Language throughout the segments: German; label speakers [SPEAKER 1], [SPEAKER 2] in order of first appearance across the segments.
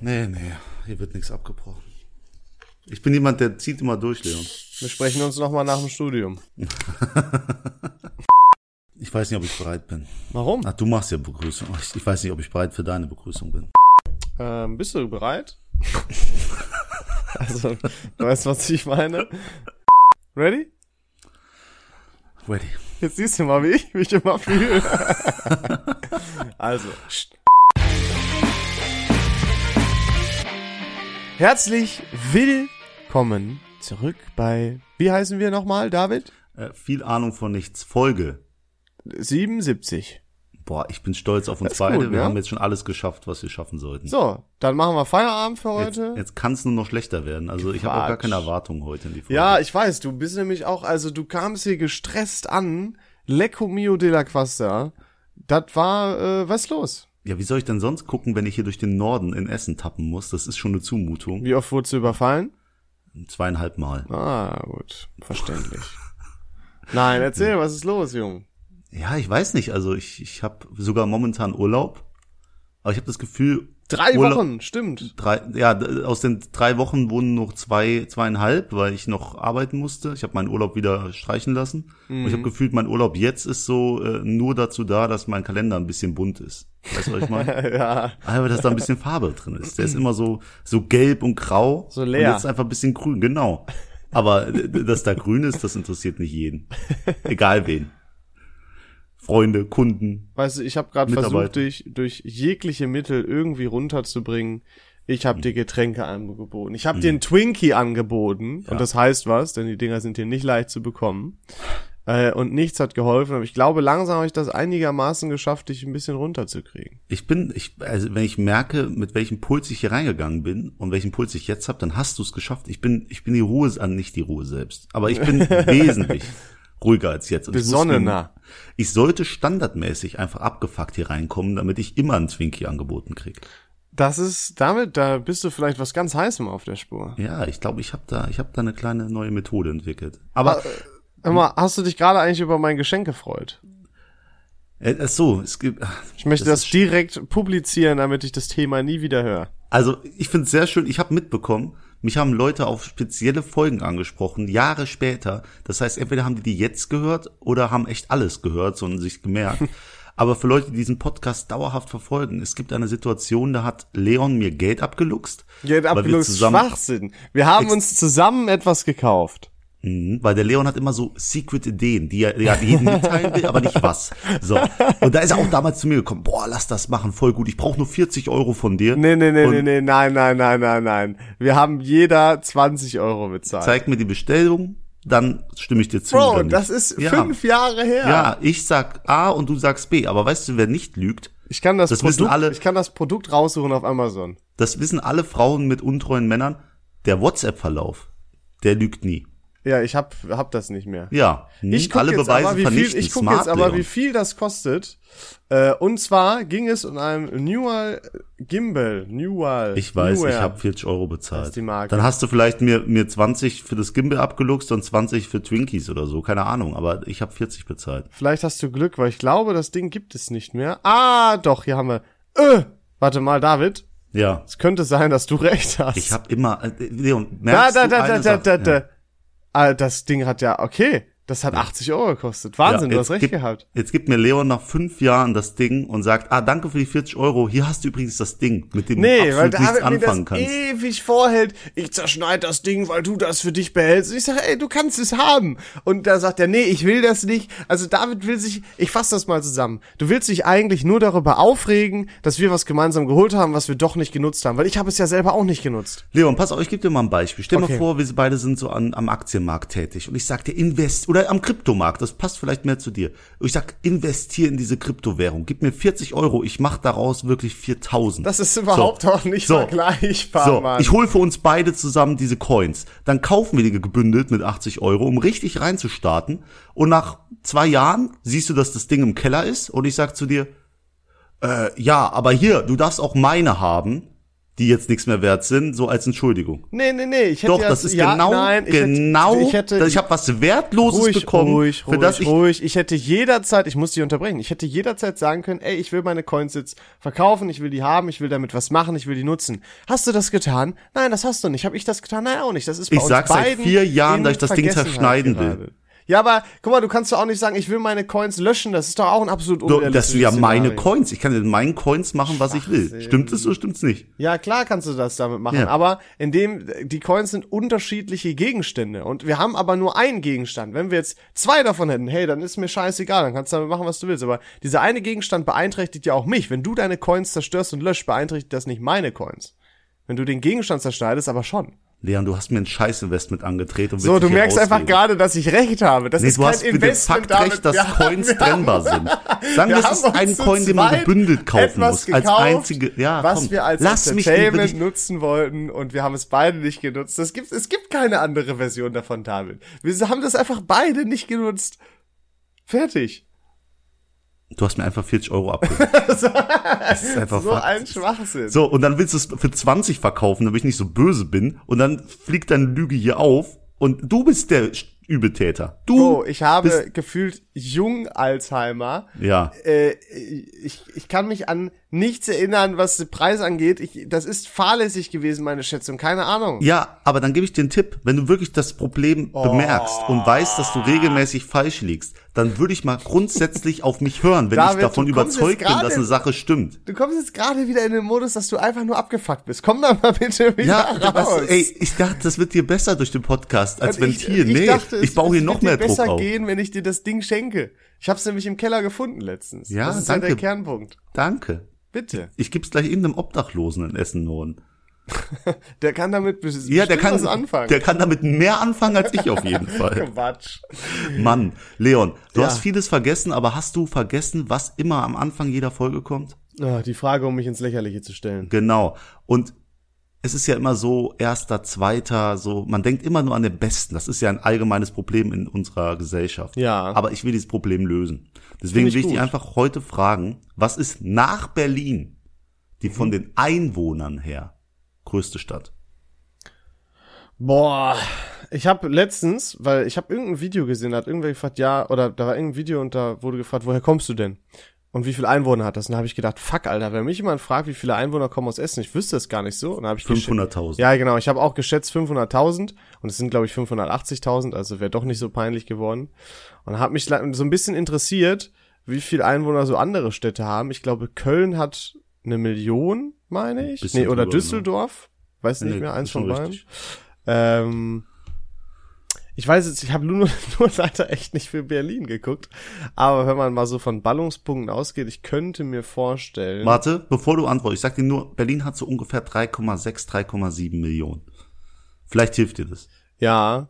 [SPEAKER 1] Nee, nee, hier wird nichts abgebrochen. Ich bin jemand, der zieht immer durch, Leon.
[SPEAKER 2] Wir sprechen uns nochmal nach dem Studium.
[SPEAKER 1] Ich weiß nicht, ob ich bereit bin.
[SPEAKER 2] Warum?
[SPEAKER 1] Ach, du machst ja Begrüßung. Oh, Ich, ich weiß nicht, ob ich bereit für deine Begrüßung bin.
[SPEAKER 2] Ähm, bist du bereit? also, du weißt, was ich meine? Ready?
[SPEAKER 1] Ready.
[SPEAKER 2] Jetzt siehst du mal, wie ich mich immer fühle. also. Herzlich willkommen zurück bei, wie heißen wir nochmal, David?
[SPEAKER 1] Äh, viel Ahnung von nichts. Folge.
[SPEAKER 2] 77.
[SPEAKER 1] Boah, ich bin stolz auf uns
[SPEAKER 2] ist
[SPEAKER 1] beide.
[SPEAKER 2] gut,
[SPEAKER 1] wir
[SPEAKER 2] ne?
[SPEAKER 1] haben jetzt schon alles geschafft, was wir schaffen sollten.
[SPEAKER 2] So, dann machen wir Feierabend für
[SPEAKER 1] jetzt
[SPEAKER 2] heute.
[SPEAKER 1] jetzt kann es nur noch schlechter werden. Also ich habe auch gar keine Erwartungen heute in die Folge.
[SPEAKER 2] Ja, ich weiß, du bist nämlich auch, also du kamst hier gestresst an. Lecco mio della Quasta. Das war, äh, was ist los?
[SPEAKER 1] ja, wie soll ich denn sonst gucken, wenn ich hier durch den Norden in Essen tappen muss? Das ist schon eine Zumutung.
[SPEAKER 2] Wie oft wurdest du überfallen?
[SPEAKER 1] Zweieinhalb Mal.
[SPEAKER 2] Ah, gut. Verständlich. Nein, erzähl, was ist los, Jung?
[SPEAKER 1] Ja, ich weiß nicht. Also ich, ich habe sogar momentan Urlaub. Aber ich habe das Gefühl,
[SPEAKER 2] Drei
[SPEAKER 1] Urlaub-
[SPEAKER 2] Wochen, stimmt.
[SPEAKER 1] drei, ja, d- aus den drei Wochen wurden noch zwei, zweieinhalb, weil ich noch arbeiten musste. Ich habe meinen Urlaub wieder streichen lassen. Und
[SPEAKER 2] Mhm.
[SPEAKER 1] ich habe gefühlt, mein Urlaub jetzt ist so äh, nur dazu da, dass mein Kalender ein bisschen bunt ist. Weißt du, was ich meine?
[SPEAKER 2] Ja.
[SPEAKER 1] Aber dass da ein bisschen Farbe drin ist. Der ist immer so, so gelb und grau.
[SPEAKER 2] So leer.
[SPEAKER 1] Und jetzt einfach ein bisschen grün, genau. Aber d- d- dass da grün ist, das interessiert nicht jeden. Egal wen. Freunde, Kunden.
[SPEAKER 2] Weißt du, ich habe gerade versucht,
[SPEAKER 1] Mitarbeiter.
[SPEAKER 2] dich durch jegliche Mittel irgendwie runterzubringen. Ich
[SPEAKER 1] Hm.
[SPEAKER 2] habe dir Getränke angeboten. Ich habe dir einen Twinkie angeboten. Und das heißt was, denn die Dinger sind hier nicht leicht zu bekommen. Äh, und nichts hat geholfen. Aber ich glaube, langsam habe ich das einigermaßen geschafft, dich ein bisschen runterzukriegen.
[SPEAKER 1] Ich bin, ich, also wenn ich merke, mit welchem Puls ich hier reingegangen bin und welchen Puls ich jetzt habe, dann hast du es geschafft. Ich bin, ich bin die Ruhe, an nicht die Ruhe selbst. Aber ich bin wesentlich ruhiger als jetzt. Und ich muss mir-
[SPEAKER 2] Besonnener.
[SPEAKER 1] Ich sollte standardmäßig einfach abgefuckt hier reinkommen, damit ich immer einen Twinkie angeboten krieg.
[SPEAKER 2] Das ist, damit, da bist du vielleicht was ganz Heißem auf der Spur.
[SPEAKER 1] Ja, ich glaube, ich habe da, ich habe da eine kleine neue Methode entwickelt. Aber
[SPEAKER 2] Hör mal, hast du dich gerade eigentlich über mein Geschenk gefreut?
[SPEAKER 1] äh, ach so, es gibt.
[SPEAKER 2] Ich möchte das, direkt publizieren, damit ich das Thema nie wieder höre.
[SPEAKER 1] Also ich finde es sehr schön. Ich habe mitbekommen, mich haben Leute auf spezielle Folgen angesprochen, Jahre später. Das heißt, entweder haben die die jetzt gehört oder haben echt alles gehört so und sich gemerkt. Aber für Leute, die diesen Podcast dauerhaft verfolgen, es gibt eine Situation, da hat Leon mir Geld abgeluchst.
[SPEAKER 2] Geht
[SPEAKER 1] weil wir
[SPEAKER 2] ab,
[SPEAKER 1] zusammen-
[SPEAKER 2] Schwachsinn. Wir haben uns zusammen etwas gekauft.
[SPEAKER 1] Mhm, Weil der Leon hat immer so secret Ideen, die er, die er jedem mitteilen will, aber nicht was. So. Und da ist er auch damals zu mir gekommen, boah, lass das machen, voll gut, ich brauche nur 40 Euro von dir.
[SPEAKER 2] Nee, nee, nee,
[SPEAKER 1] Und
[SPEAKER 2] nee, nee, nein, nein, nein, nein, nein. Wir haben jeder 20 Euro bezahlt.
[SPEAKER 1] Zeig mir die Bestellung, dann stimme ich dir zu.
[SPEAKER 2] Bro,
[SPEAKER 1] oder nicht.
[SPEAKER 2] das ist
[SPEAKER 1] ja.
[SPEAKER 2] fünf Jahre her.
[SPEAKER 1] Ja, ich sag A und du sagst B, aber weißt du, wer nicht lügt?
[SPEAKER 2] Ich kann das,
[SPEAKER 1] Das wissen
[SPEAKER 2] Produkt,
[SPEAKER 1] alle.
[SPEAKER 2] ich kann das Produkt raussuchen auf Amazon.
[SPEAKER 1] Das wissen alle Frauen mit untreuen Männern. Der WhatsApp-Verlauf, der lügt nie.
[SPEAKER 2] Ja, ich hab, hab das nicht mehr.
[SPEAKER 1] Ja, hm,
[SPEAKER 2] Ich guck
[SPEAKER 1] alle
[SPEAKER 2] jetzt
[SPEAKER 1] Beweise
[SPEAKER 2] aber, wie viel,
[SPEAKER 1] vernichten.
[SPEAKER 2] ich guck
[SPEAKER 1] Smart,
[SPEAKER 2] jetzt aber,
[SPEAKER 1] Leon.
[SPEAKER 2] wie viel das kostet. Äh, und zwar ging es um einen Newell Gimbal. Newell.
[SPEAKER 1] Ich weiß,
[SPEAKER 2] Newell.
[SPEAKER 1] ich habe 40 Euro
[SPEAKER 2] Das
[SPEAKER 1] bezahlt.
[SPEAKER 2] ist die Marke.
[SPEAKER 1] Dann hast du vielleicht mir, mir 20 für das Gimbal abgeluchst und 20 für Twinkies oder so, keine Ahnung, aber ich habe 40 bezahlt.
[SPEAKER 2] Vielleicht hast du Glück, weil ich glaube, das Ding gibt es nicht mehr. Ah, doch, hier haben wir. Äh, warte mal, David.
[SPEAKER 1] Ja,
[SPEAKER 2] Es könnte sein, dass du recht hast.
[SPEAKER 1] ich habe immer äh, Leon,
[SPEAKER 2] da,
[SPEAKER 1] merkst
[SPEAKER 2] da,
[SPEAKER 1] du
[SPEAKER 2] da, da,
[SPEAKER 1] eine
[SPEAKER 2] da,
[SPEAKER 1] Sache?
[SPEAKER 2] da, da.
[SPEAKER 1] Ja.
[SPEAKER 2] Ah, das Ding hat ja, okay, das hat 80 Euro gekostet. Wahnsinn,
[SPEAKER 1] Ja,
[SPEAKER 2] du
[SPEAKER 1] jetzt
[SPEAKER 2] hast recht
[SPEAKER 1] gib-
[SPEAKER 2] gehabt.
[SPEAKER 1] Jetzt gibt mir Leon nach fünf Jahren das Ding und sagt, ah, danke für die 40 Euro, hier hast du übrigens das Ding, mit dem du
[SPEAKER 2] Nee, weil
[SPEAKER 1] absolut nichts
[SPEAKER 2] David mir das
[SPEAKER 1] anfangen kannst.
[SPEAKER 2] ewig vorhält. Ich zerschneid das Ding, weil du das für dich behältst. Ich sage, ey, du kannst es haben. Und da sagt er, nee, ich will das nicht. Also David will sich, ich fass das mal zusammen. Du willst dich eigentlich nur darüber aufregen, dass wir was gemeinsam geholt haben, was wir doch nicht genutzt haben. Weil ich habe es ja selber auch nicht genutzt.
[SPEAKER 1] Leon, pass auf, ich gebe dir mal ein Beispiel. Stell
[SPEAKER 2] Okay.
[SPEAKER 1] mal vor, wir beide sind so an, am Aktienmarkt tätig und ich sag dir, invest oder am Kryptomarkt, das passt vielleicht mehr zu dir. Und ich sag, investier in diese Kryptowährung, gib mir 40 Euro, ich mach daraus wirklich 4000.
[SPEAKER 2] Das ist überhaupt auch nicht vergleichbar,
[SPEAKER 1] So,
[SPEAKER 2] Mann.
[SPEAKER 1] ich hol für uns beide zusammen diese Coins. Dann kaufen wir die gebündelt mit 80 Euro, um richtig reinzustarten. Und nach zwei Jahren siehst du, dass das Ding im Keller ist und ich sag zu dir, äh, ja, aber hier, du darfst auch meine haben die jetzt nichts mehr wert sind, so als Entschuldigung.
[SPEAKER 2] Nee, nee, nee. Ich hätte
[SPEAKER 1] Doch,
[SPEAKER 2] ja,
[SPEAKER 1] das ist
[SPEAKER 2] ja,
[SPEAKER 1] genau,
[SPEAKER 2] nein, ich
[SPEAKER 1] genau,
[SPEAKER 2] Hätte, ich hätte,
[SPEAKER 1] ich habe was Wertloses
[SPEAKER 2] ruhig,
[SPEAKER 1] bekommen,
[SPEAKER 2] ruhig,
[SPEAKER 1] für das
[SPEAKER 2] ruhig,
[SPEAKER 1] ich
[SPEAKER 2] ruhig. Ich hätte jederzeit, ich muss dich unterbrechen, ich hätte jederzeit sagen können, ey, ich will meine Coins jetzt verkaufen, ich will die haben, ich will damit was machen, ich will die nutzen. Hast du das getan? Nein, das hast du nicht. Habe ich das getan? Nein, auch nicht. Das ist bei
[SPEAKER 1] Ich
[SPEAKER 2] uns
[SPEAKER 1] sag's seit
[SPEAKER 2] beiden
[SPEAKER 1] vier Jahren,
[SPEAKER 2] in
[SPEAKER 1] dass ich das Ding
[SPEAKER 2] Vergessenheit
[SPEAKER 1] zerschneiden will.
[SPEAKER 2] geraten. Ja, aber guck mal, du kannst doch auch nicht sagen, ich will meine Coins löschen. Das ist doch auch ein absolut
[SPEAKER 1] So, das sind
[SPEAKER 2] unrealistisches
[SPEAKER 1] ja meine
[SPEAKER 2] Szenario.
[SPEAKER 1] Coins. Ich kann mit meinen Coins machen, was ich will. Stimmt es oder stimmt's nicht?
[SPEAKER 2] Ja, klar kannst du das damit machen,
[SPEAKER 1] Ja.
[SPEAKER 2] aber in dem die Coins sind unterschiedliche Gegenstände und wir haben aber nur einen Gegenstand. Wenn wir jetzt zwei davon hätten, hey, dann ist mir scheißegal, dann kannst du damit machen, was du willst, aber dieser eine Gegenstand beeinträchtigt ja auch mich. Wenn du deine Coins zerstörst und löscht, beeinträchtigt das nicht meine Coins. Wenn du den Gegenstand zerschneidest, aber schon.
[SPEAKER 1] Leon, du hast mir ein Scheißinvestment angedreht und willst
[SPEAKER 2] So,
[SPEAKER 1] mich
[SPEAKER 2] du
[SPEAKER 1] hier
[SPEAKER 2] merkst einfach
[SPEAKER 1] rausreden.
[SPEAKER 2] gerade, dass ich recht habe. Das
[SPEAKER 1] Nee,
[SPEAKER 2] ist
[SPEAKER 1] du
[SPEAKER 2] kein
[SPEAKER 1] hast mit dem
[SPEAKER 2] Investment
[SPEAKER 1] Fakt
[SPEAKER 2] damit.
[SPEAKER 1] recht, dass
[SPEAKER 2] Wir haben-
[SPEAKER 1] Coins
[SPEAKER 2] wir haben-
[SPEAKER 1] trennbar sind. Sagen wir,
[SPEAKER 2] wir
[SPEAKER 1] es
[SPEAKER 2] haben
[SPEAKER 1] ist
[SPEAKER 2] uns
[SPEAKER 1] ein
[SPEAKER 2] zu
[SPEAKER 1] Coin, den man
[SPEAKER 2] zweit
[SPEAKER 1] gebündelt kaufen
[SPEAKER 2] etwas
[SPEAKER 1] muss. als
[SPEAKER 2] gekauft,
[SPEAKER 1] einzige, ja,
[SPEAKER 2] was
[SPEAKER 1] komm,
[SPEAKER 2] wir als
[SPEAKER 1] lass mich
[SPEAKER 2] Entertainment
[SPEAKER 1] wirklich-
[SPEAKER 2] nutzen wollten und wir haben es beide nicht genutzt. Es gibt, es gibt keine andere Version davon, David. Wir haben das einfach beide nicht genutzt. Fertig.
[SPEAKER 1] Du hast mir einfach 40 Euro abgeholt. das ist einfach
[SPEAKER 2] So
[SPEAKER 1] Fakt.
[SPEAKER 2] ein Schwachsinn.
[SPEAKER 1] So, und dann willst du es für 20 verkaufen, damit ich nicht so böse bin. Und dann fliegt deine Lüge hier auf. Und du bist der Sch- Übeltäter. Du
[SPEAKER 2] Bro, Oh, ich habe
[SPEAKER 1] bist-
[SPEAKER 2] gefühlt jung Alzheimer.
[SPEAKER 1] Ja.
[SPEAKER 2] Äh, ich, ich kann mich an nichts erinnern, was den Preis angeht. Ich, das ist fahrlässig gewesen, meine Schätzung. Keine Ahnung.
[SPEAKER 1] Ja, aber dann gebe ich dir einen Tipp. Wenn du wirklich das Problem
[SPEAKER 2] Oh.
[SPEAKER 1] bemerkst und weißt, dass du regelmäßig falsch liegst, dann würde ich mal grundsätzlich auf mich hören, wenn
[SPEAKER 2] David,
[SPEAKER 1] ich davon
[SPEAKER 2] du kommst
[SPEAKER 1] überzeugt
[SPEAKER 2] jetzt
[SPEAKER 1] bin, dass
[SPEAKER 2] gerade-
[SPEAKER 1] eine Sache stimmt.
[SPEAKER 2] Du kommst jetzt gerade wieder in den Modus, dass du einfach nur abgefuckt bist. Komm da mal bitte wieder
[SPEAKER 1] Ja,
[SPEAKER 2] raus.
[SPEAKER 1] weißt du, ey, ich dachte, das wird dir besser durch den Podcast als
[SPEAKER 2] Und
[SPEAKER 1] Ventil. nee,
[SPEAKER 2] Also dachte,
[SPEAKER 1] ich baue hier
[SPEAKER 2] es
[SPEAKER 1] noch
[SPEAKER 2] wird dir
[SPEAKER 1] mehr Druck
[SPEAKER 2] besser
[SPEAKER 1] auf.
[SPEAKER 2] gehen, wenn ich dir das Ding schenke. Ich hab's nämlich im Keller gefunden letztens.
[SPEAKER 1] Ja,
[SPEAKER 2] das ist
[SPEAKER 1] danke.
[SPEAKER 2] ja der Kernpunkt.
[SPEAKER 1] Danke.
[SPEAKER 2] Bitte.
[SPEAKER 1] Ich gib's gleich irgendeinem Obdachlosen in Essen Norden.
[SPEAKER 2] Der kann damit bes-
[SPEAKER 1] Ja, der
[SPEAKER 2] bestimmt
[SPEAKER 1] kann,
[SPEAKER 2] was anfangen.
[SPEAKER 1] der kann damit mehr anfangen als ich auf jeden Fall.
[SPEAKER 2] Quatsch.
[SPEAKER 1] Mann, Leon, du
[SPEAKER 2] Ja.
[SPEAKER 1] hast vieles vergessen, aber hast du vergessen, was immer am Anfang jeder Folge kommt?
[SPEAKER 2] Ah, die Frage, um mich ins Lächerliche zu stellen.
[SPEAKER 1] Genau. Und es ist ja immer so, erster, zweiter, so, man denkt immer nur an den Besten. Das ist ja ein allgemeines Problem in unserer Gesellschaft.
[SPEAKER 2] Ja.
[SPEAKER 1] Aber ich will dieses Problem lösen. Deswegen
[SPEAKER 2] ich
[SPEAKER 1] will ich
[SPEAKER 2] gut.
[SPEAKER 1] dich einfach heute fragen, was ist nach Berlin die
[SPEAKER 2] Mhm.
[SPEAKER 1] von den Einwohnern her größte Stadt?
[SPEAKER 2] Boah. Ich habe letztens, weil ich habe irgendein Video gesehen, da hat irgendwer gefragt, ja, oder da war irgendein Video und da wurde gefragt, woher kommst du denn? Und wie viele Einwohner hat das? Und da habe ich gedacht, fuck, Alter, wenn mich jemand fragt, wie viele Einwohner kommen aus Essen, ich wüsste das gar nicht so. Und da habe ich geschätzt-
[SPEAKER 1] 500.000.
[SPEAKER 2] Ja, genau. Ich habe auch geschätzt 500.000 und es sind, glaube ich, 580.000, also wäre doch nicht so peinlich geworden. Und hat mich le- so ein bisschen interessiert, wie viel Einwohner so andere Städte haben. Ich glaube, Köln hat eine Million, meine ich.
[SPEAKER 1] bisschen
[SPEAKER 2] Nee, oder
[SPEAKER 1] drüber, ne?
[SPEAKER 2] Düsseldorf. Weiß nicht
[SPEAKER 1] Nee,
[SPEAKER 2] mehr, eins
[SPEAKER 1] ist schon
[SPEAKER 2] von beiden.
[SPEAKER 1] richtig.
[SPEAKER 2] Ähm, ich weiß jetzt, ich habe nur, nur leider echt nicht für Berlin geguckt. Aber wenn man mal so von Ballungspunkten ausgeht, ich könnte mir vorstellen.
[SPEAKER 1] Warte, bevor du antwortest, ich sag dir nur, Berlin hat so ungefähr 3,6, 3,7 Millionen. Vielleicht hilft dir das.
[SPEAKER 2] Ja.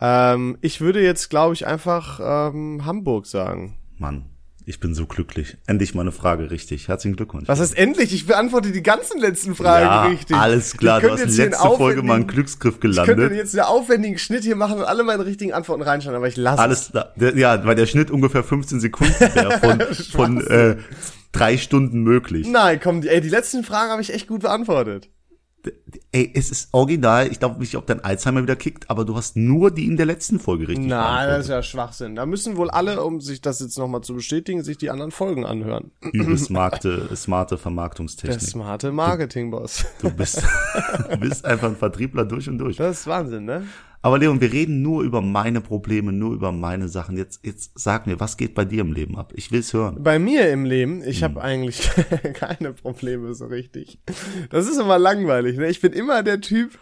[SPEAKER 2] Ähm, ich würde jetzt, glaube ich, einfach ähm, Hamburg sagen.
[SPEAKER 1] Mann, ich bin so glücklich. Endlich meine Frage richtig. Herzlichen Glückwunsch.
[SPEAKER 2] Was heißt endlich? Ich beantworte die ganzen letzten Fragen
[SPEAKER 1] ja,
[SPEAKER 2] richtig.
[SPEAKER 1] Alles klar,
[SPEAKER 2] Ich
[SPEAKER 1] du
[SPEAKER 2] könnte
[SPEAKER 1] hast
[SPEAKER 2] jetzt hier einen
[SPEAKER 1] letzte Folge mal einen
[SPEAKER 2] aufwendigen-
[SPEAKER 1] Glücksgriff
[SPEAKER 2] Ich könnte
[SPEAKER 1] gelandet.
[SPEAKER 2] jetzt einen aufwendigen Schnitt hier machen und alle meine richtigen Antworten reinschneiden, aber ich lasse es.
[SPEAKER 1] Alles klar. Der- Ja, weil der Schnitt ungefähr 15 Sekunden wäre von, von äh, drei Stunden möglich.
[SPEAKER 2] Nein, komm, die, ey, die letzten Fragen habe ich echt gut beantwortet.
[SPEAKER 1] Ey, es ist original. Ich glaube nicht, ob dein Alzheimer wieder kickt, aber du hast nur die in der letzten Folge richtig
[SPEAKER 2] Nein, das ist
[SPEAKER 1] beantwortet.
[SPEAKER 2] ja Schwachsinn. Da müssen wohl alle, um sich das jetzt nochmal zu bestätigen, sich die anderen Folgen anhören.
[SPEAKER 1] Übel smarte, smarte
[SPEAKER 2] Der
[SPEAKER 1] Vermarktungstechnik.
[SPEAKER 2] smarte Marketingboss.
[SPEAKER 1] Du bist, du bist einfach ein Vertriebler durch und durch.
[SPEAKER 2] Das ist Wahnsinn, ne?
[SPEAKER 1] Aber Leon, wir reden nur über meine Probleme, nur über meine Sachen. Jetzt, jetzt sag mir, was geht bei dir im Leben ab? Ich will's hören.
[SPEAKER 2] Bei mir im Leben, ich
[SPEAKER 1] Mhm.
[SPEAKER 2] habe eigentlich keine Probleme so richtig. Das ist immer langweilig. Ne? Ich bin immer der Typ,